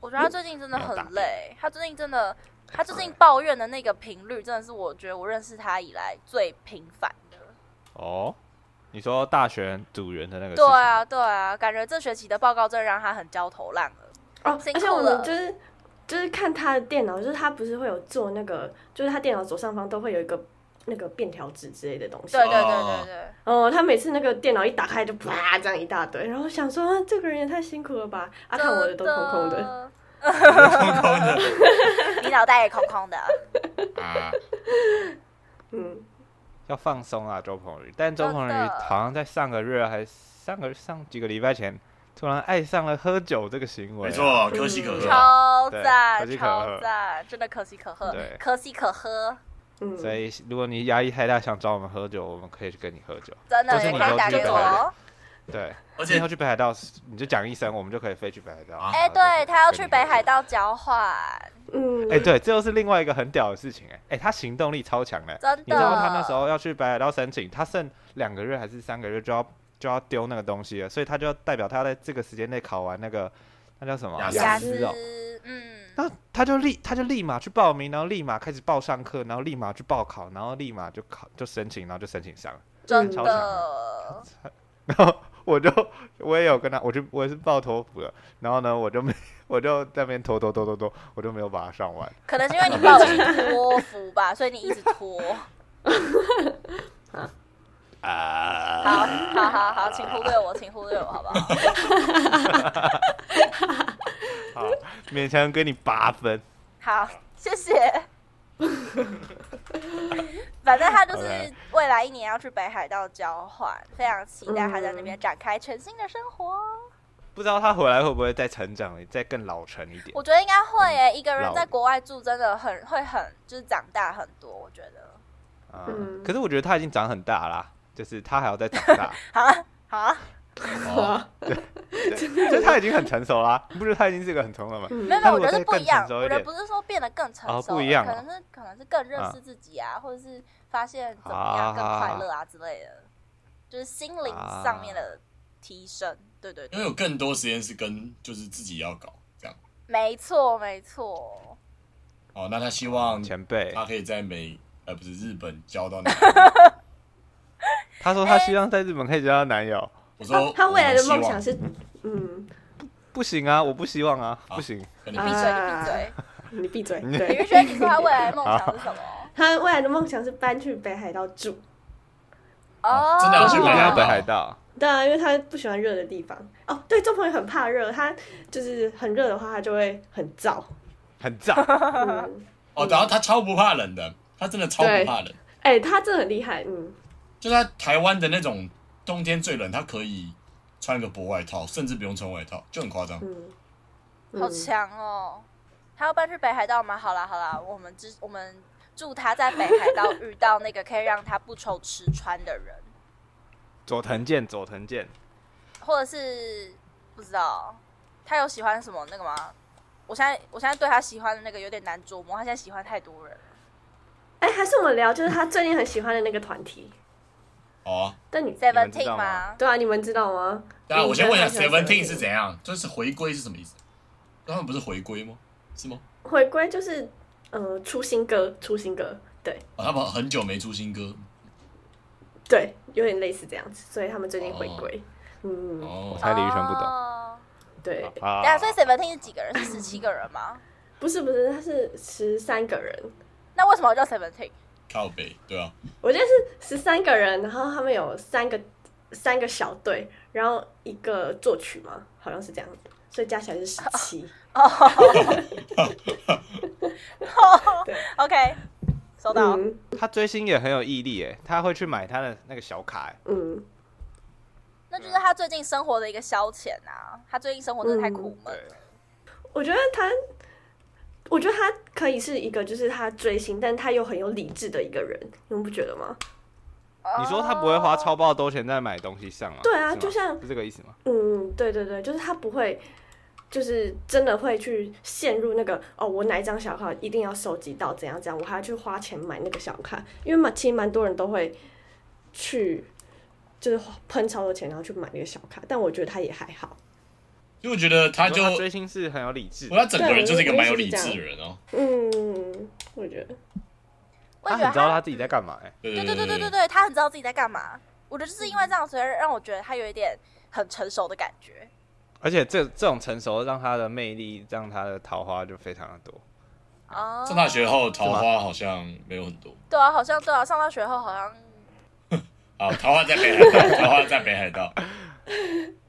Speaker 1: 我觉得他最近真的很累，他最近真的，他最近抱怨的那个频率真的是我觉得我认识他以来最频繁的。
Speaker 3: 哦，你说大学组员的那个事
Speaker 1: 对
Speaker 3: 情，
Speaker 1: 啊，对啊，感觉这学期的报告真的让他很焦头烂额。
Speaker 4: 哦，
Speaker 1: 辛
Speaker 4: 而
Speaker 1: 苦
Speaker 4: 且我
Speaker 1: 了
Speaker 4: 们就是就是看他的电脑，就是他不是会有做那个，就是他电脑左上方都会有一个那个便条纸之类的东西。
Speaker 1: 对对对
Speaker 2: 哦
Speaker 1: 对对，
Speaker 4: 哦，他每次那个电脑一打开就啪这样一大堆，然后想说、啊、这个人也太辛苦了吧，啊，看我的都空空 的。
Speaker 1: 的，空空的，你脑袋也空空的。
Speaker 2: 啊，
Speaker 4: 嗯，
Speaker 3: 要放松啊，周鹏宇。但周
Speaker 1: 真
Speaker 3: 鹏宇
Speaker 1: 的
Speaker 3: 好像在上个月还上个上几个礼拜前，突然爱上了喝酒这个行为、
Speaker 2: 没，
Speaker 3: 啊
Speaker 2: 错，可喜可贺啊。
Speaker 1: 超
Speaker 3: 对可
Speaker 1: 赞，
Speaker 3: 喜可贺
Speaker 1: 超赞，真的可喜可贺
Speaker 3: 对，
Speaker 1: 可喜可喝，
Speaker 4: 嗯，
Speaker 3: 所以如果你压力太大，想找我们喝酒，我们可以去跟你喝酒。
Speaker 1: 真的
Speaker 3: 这是
Speaker 1: 也
Speaker 3: 我
Speaker 1: 可
Speaker 3: 们
Speaker 1: 以打
Speaker 3: 周
Speaker 1: 给
Speaker 3: 记的
Speaker 1: 我哦。
Speaker 3: 对，
Speaker 2: 而
Speaker 3: 你
Speaker 2: 且
Speaker 3: 要去北海道，你就讲一声，我们就可以飞去北海道。
Speaker 2: 啊
Speaker 1: 哎，对他要去北海
Speaker 3: 道。
Speaker 1: 道交换，
Speaker 4: 嗯，
Speaker 3: 哎、对，这又是另外一个很屌的事情哎、哎、他行动力超强的、欸
Speaker 1: 真的
Speaker 3: 你知道他那时候要去北海道申请，他剩两个月还是三个月就要就要丢那个东西了，所以他就代表他在这个时间内考完那个那叫什么
Speaker 2: 雅思
Speaker 1: 雅
Speaker 3: 思哦。
Speaker 1: 思，嗯，
Speaker 3: 那他就立他就立马去报名，然后立马开始报上课，然后立马去报考，然后立马就考就申请，然后就申请上 了。
Speaker 1: 真
Speaker 3: 超强
Speaker 1: 的，
Speaker 3: 然后我就我也有跟他，我就我也是报托福了，然后呢我就没 我就在那边拖拖拖拖拖，我就没有把它上完。
Speaker 1: 可能是因为你报名托福吧，所以你一直 拖。
Speaker 3: 啊、
Speaker 1: 好，好，好，好，请忽略我，请忽略我，好不 好？
Speaker 3: 好，勉强给你八分。
Speaker 1: 好，谢谢。反正他就是未来一年要去北海道交换，非常期待他在那边展开全新的生活。
Speaker 3: 嗯不知道他回来会不会再成长，再更老成一点
Speaker 1: 我。觉得应该会诶、一个人
Speaker 3: 老
Speaker 1: 在国外住真的很会很就是长大很多。我觉得，
Speaker 3: 啊
Speaker 4: 嗯
Speaker 3: 可是我觉得他已经长很大啦，就是他还要再长 大，
Speaker 1: 好啊，好啊，
Speaker 2: 哦
Speaker 3: 就是他已经很成熟啦。你不觉得他已经是一个很成熟
Speaker 4: 嗯
Speaker 3: 的吗？
Speaker 1: 没有，没
Speaker 3: 他
Speaker 1: 有，
Speaker 3: 如
Speaker 1: 我
Speaker 3: 果
Speaker 1: 觉得
Speaker 3: 再
Speaker 1: 是不
Speaker 3: 更
Speaker 1: 一样。
Speaker 3: 成熟一
Speaker 1: 我觉得
Speaker 3: 点
Speaker 1: 不是说变得更成
Speaker 3: 哦
Speaker 1: 熟了，
Speaker 3: 不一样
Speaker 1: 可
Speaker 3: 哦
Speaker 1: 能是可能是更认识自己啊，或者是发现怎么样更快乐啊之类的，就是心灵上面的提升。
Speaker 3: 啊
Speaker 1: 对对对
Speaker 2: 因为有更多时间是跟就是自己要搞这样。
Speaker 1: 没错，没错，
Speaker 2: 哦，那他希望
Speaker 3: 前辈，
Speaker 2: 他可以在美呃不是日本交到男 友。
Speaker 3: 他说他希望在日本可以交到男友，
Speaker 2: 我
Speaker 4: 他
Speaker 2: 说
Speaker 4: 他未来的
Speaker 2: 哦我
Speaker 4: 梦
Speaker 2: 希望
Speaker 4: 想是，嗯，
Speaker 3: 不行啊，我不希望啊，
Speaker 2: 啊
Speaker 3: 不行。
Speaker 2: 跟你
Speaker 1: 闭
Speaker 2: 比
Speaker 1: 嘴，你闭
Speaker 4: 啊
Speaker 1: 嘴。
Speaker 4: 你
Speaker 1: 李
Speaker 4: 闭嘴。对，
Speaker 1: 云轩，你说他未来的梦想是什 么？
Speaker 4: 他未来的梦想是搬去北海道住。
Speaker 1: 哦，
Speaker 2: 真的要去
Speaker 3: 一
Speaker 2: 北
Speaker 3: 定
Speaker 2: 海
Speaker 3: 要
Speaker 2: 道
Speaker 3: 北海道，
Speaker 4: 对啊，因为他不喜欢热的地方。哦，对，周鹏宇很怕热，他就是很热的话，他就会很燥。
Speaker 3: 很燥。
Speaker 4: 嗯，
Speaker 2: 哦，然后他超不怕冷的，他真的超不怕冷，
Speaker 4: 哎、他真的很厉害。嗯，
Speaker 2: 就在台湾的那种冬天最冷，他可以穿个薄外套，甚至不用穿外套，就很夸张。
Speaker 4: 嗯
Speaker 1: 好强哦！他要搬去北海道吗？好啦好啦，我们之我们祝他在北海道遇到那个可以让他不愁吃穿的人，
Speaker 3: 佐藤健，佐藤健，
Speaker 1: 或者是不知道他有喜欢什么那个吗？我现在我现在对他喜欢的那个有点难琢磨，他现在喜欢太多人了。
Speaker 4: 哎、还是我们聊，就是他最近很喜欢的那个团体。
Speaker 2: 哦，
Speaker 4: 但你在，
Speaker 3: 们知
Speaker 1: Seventeen
Speaker 3: 道
Speaker 1: 吗
Speaker 3: 吗？
Speaker 4: 对啊，你们知道吗？
Speaker 2: 那啊我先问一下
Speaker 4: 你觉得他喜欢
Speaker 2: ，Seventeen
Speaker 4: 什
Speaker 2: 是
Speaker 4: 么
Speaker 2: 怎样？就是回归是什么意思？他们不是回归吗？是吗？
Speaker 4: 回归就是，呃，出新歌，出新歌，对
Speaker 2: 哦，他们很久没出新歌
Speaker 4: 对，有点类似这样子，所以他们最近回归。嗯，
Speaker 2: 哦
Speaker 3: 我。猜李宇轩不懂
Speaker 1: 哦
Speaker 4: 对，
Speaker 3: 啊
Speaker 1: 等一下，所以 Seventeen 是几个人？是十七个人吗？
Speaker 3: 嗯
Speaker 4: 不是不是，他是十三个人，
Speaker 1: 那为什么叫 Seventeen？
Speaker 2: 靠北，对啊，
Speaker 4: 我记得是十三个人，然后他们有三个三个
Speaker 1: 啊
Speaker 4: 小队，然后一个作曲嘛，好像是这样子，所以加起来是十七。对
Speaker 1: OK，收到。
Speaker 4: 嗯
Speaker 3: 他追星也很有毅力诶，他会去买他的那个小卡欸诶。
Speaker 4: 嗯，
Speaker 1: 那就是他最近生活的一个消遣啊。他最近生活真的太苦闷
Speaker 3: 对
Speaker 1: 了。，
Speaker 4: 我觉得他，我觉得他可以是一个，就是他追星，但他又很有理智的一个人，你们不觉得吗？
Speaker 3: 嗯你说他不会花超
Speaker 1: 哦
Speaker 3: 爆多钱在买东西上吗？
Speaker 4: 对啊
Speaker 3: 是吗
Speaker 4: 就像
Speaker 3: 是这个意思吗？
Speaker 4: 嗯，对对对，就是他不会，就是真的会去陷入那个哦，我哪一张小卡一定要收集到怎样怎样，我还要去花钱买那个小卡，因为嘛，其实蛮多人都会去，就是花喷超多钱然后去买那个小卡，但我觉得他也还好，
Speaker 2: 因为我觉得他
Speaker 3: 你
Speaker 2: 就
Speaker 3: 说追星是很有理智的
Speaker 2: 我，他整个人就是一个蛮有理智的人哦。
Speaker 4: 嗯，我觉得，
Speaker 1: 我也觉
Speaker 3: 很
Speaker 1: 得
Speaker 3: 知道他自己在干嘛诶。
Speaker 1: 对
Speaker 2: 对对
Speaker 1: 对对对
Speaker 2: 对
Speaker 1: 对，对，他很知道自己在干嘛。我觉得就是因为
Speaker 3: 嗯
Speaker 1: 这样，所以让我觉得他有一点很成熟的感觉。
Speaker 3: 而且这这种成熟让他的魅力，让他的桃花就非常的多。啊
Speaker 1: 哦，
Speaker 2: 上大学后桃花好像没有很多
Speaker 1: 对啊，好像对啊，上大学后好像
Speaker 2: 啊，桃花在北海道，桃花在北海道。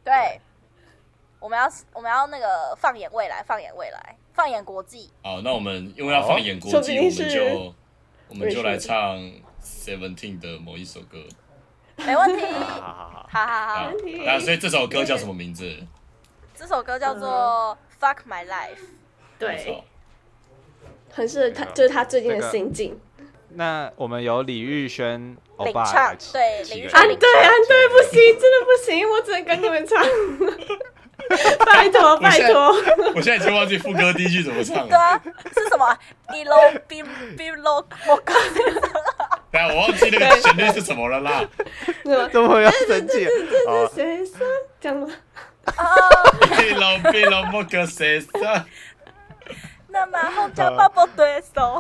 Speaker 1: 对。我们要我们要那个放眼未来，放眼未来，放眼国际。
Speaker 2: 好，那我们因为要放眼国
Speaker 4: 说
Speaker 2: 际，
Speaker 4: 不
Speaker 2: 我
Speaker 4: 定
Speaker 2: 们
Speaker 4: 是
Speaker 2: 就我们就来
Speaker 4: 瑞士
Speaker 2: 唱 Seventeen 的某一首歌
Speaker 1: 没问题。
Speaker 3: 好 好好，
Speaker 1: 好好
Speaker 2: 啊
Speaker 1: 好，
Speaker 4: 题。
Speaker 2: 那所以这首歌叫什么名字？
Speaker 1: 这首歌叫做《Fuck My Life》。
Speaker 2: 我操
Speaker 4: 对，很适合他，就是他最近的心境。
Speaker 3: 那我们由李玉轩欧
Speaker 1: 领
Speaker 3: 巴
Speaker 1: 唱
Speaker 3: 来起
Speaker 1: 对
Speaker 3: 起
Speaker 1: 李玉
Speaker 3: 个
Speaker 1: 轩
Speaker 4: 安
Speaker 1: 领
Speaker 4: 啊对安对，不行，真的不行，我只能跟你们唱，拜托拜托，
Speaker 2: 我现在已经忘记副歌第一句怎么唱
Speaker 1: 对
Speaker 2: 了，
Speaker 1: 啊，是什 么？Below be below 我靠！
Speaker 2: 但我忘记那个旋律是什么了 啦。
Speaker 4: 对吧？
Speaker 3: 怎么要生气？好啊，
Speaker 4: 谁说这样吗？
Speaker 1: 哦，
Speaker 2: 贝老贝老莫格谁上？
Speaker 1: 那然后叫抱抱对手，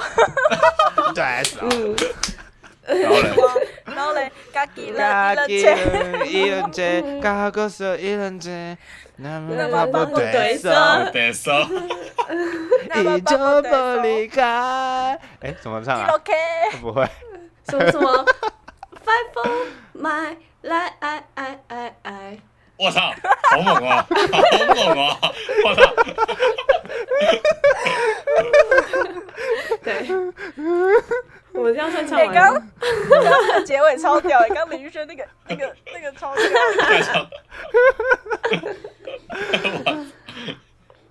Speaker 3: 拽死啊！
Speaker 4: 嗯，
Speaker 2: 然后呢？
Speaker 1: 然后嘞，嘎吉了
Speaker 3: 嘎
Speaker 1: 了
Speaker 3: 吉
Speaker 1: 切，
Speaker 3: 人一人接，嘎哥手一人接，那么
Speaker 4: 那么
Speaker 3: 不
Speaker 4: 不
Speaker 3: 对
Speaker 4: 对
Speaker 3: 手，
Speaker 4: 手
Speaker 2: 对手，
Speaker 1: 那么
Speaker 3: 你就
Speaker 1: 抱抱
Speaker 3: 不
Speaker 1: 对
Speaker 3: 离
Speaker 1: 手
Speaker 3: 开。哎，怎么唱啊？
Speaker 1: ，OK。
Speaker 3: 不会，
Speaker 4: 什么什么，Fight for my life，哎哎哎哎，
Speaker 2: 我操，好猛啊，好猛啊！我操，
Speaker 4: 对，我们这样算唱
Speaker 1: 哎，
Speaker 4: 完
Speaker 1: 刚
Speaker 4: 了
Speaker 1: 刚那个结尾超屌，哎，刚李玉轩那个那个那个超屌。
Speaker 2: 太爽了！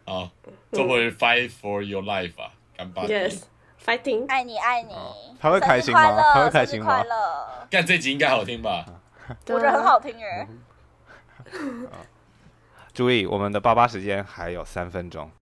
Speaker 2: 好，这回 fight for your life 啊，干巴爹！
Speaker 4: ，Yes。Fighting，
Speaker 1: 爱你爱你
Speaker 3: 哦，他会开心吗
Speaker 1: 生日快乐
Speaker 3: 他会开心吗
Speaker 1: 生日快乐，
Speaker 2: 干这集应该好听吧？
Speaker 1: 我觉得很好听哎。
Speaker 3: 注意我们的八八时间还有三分钟。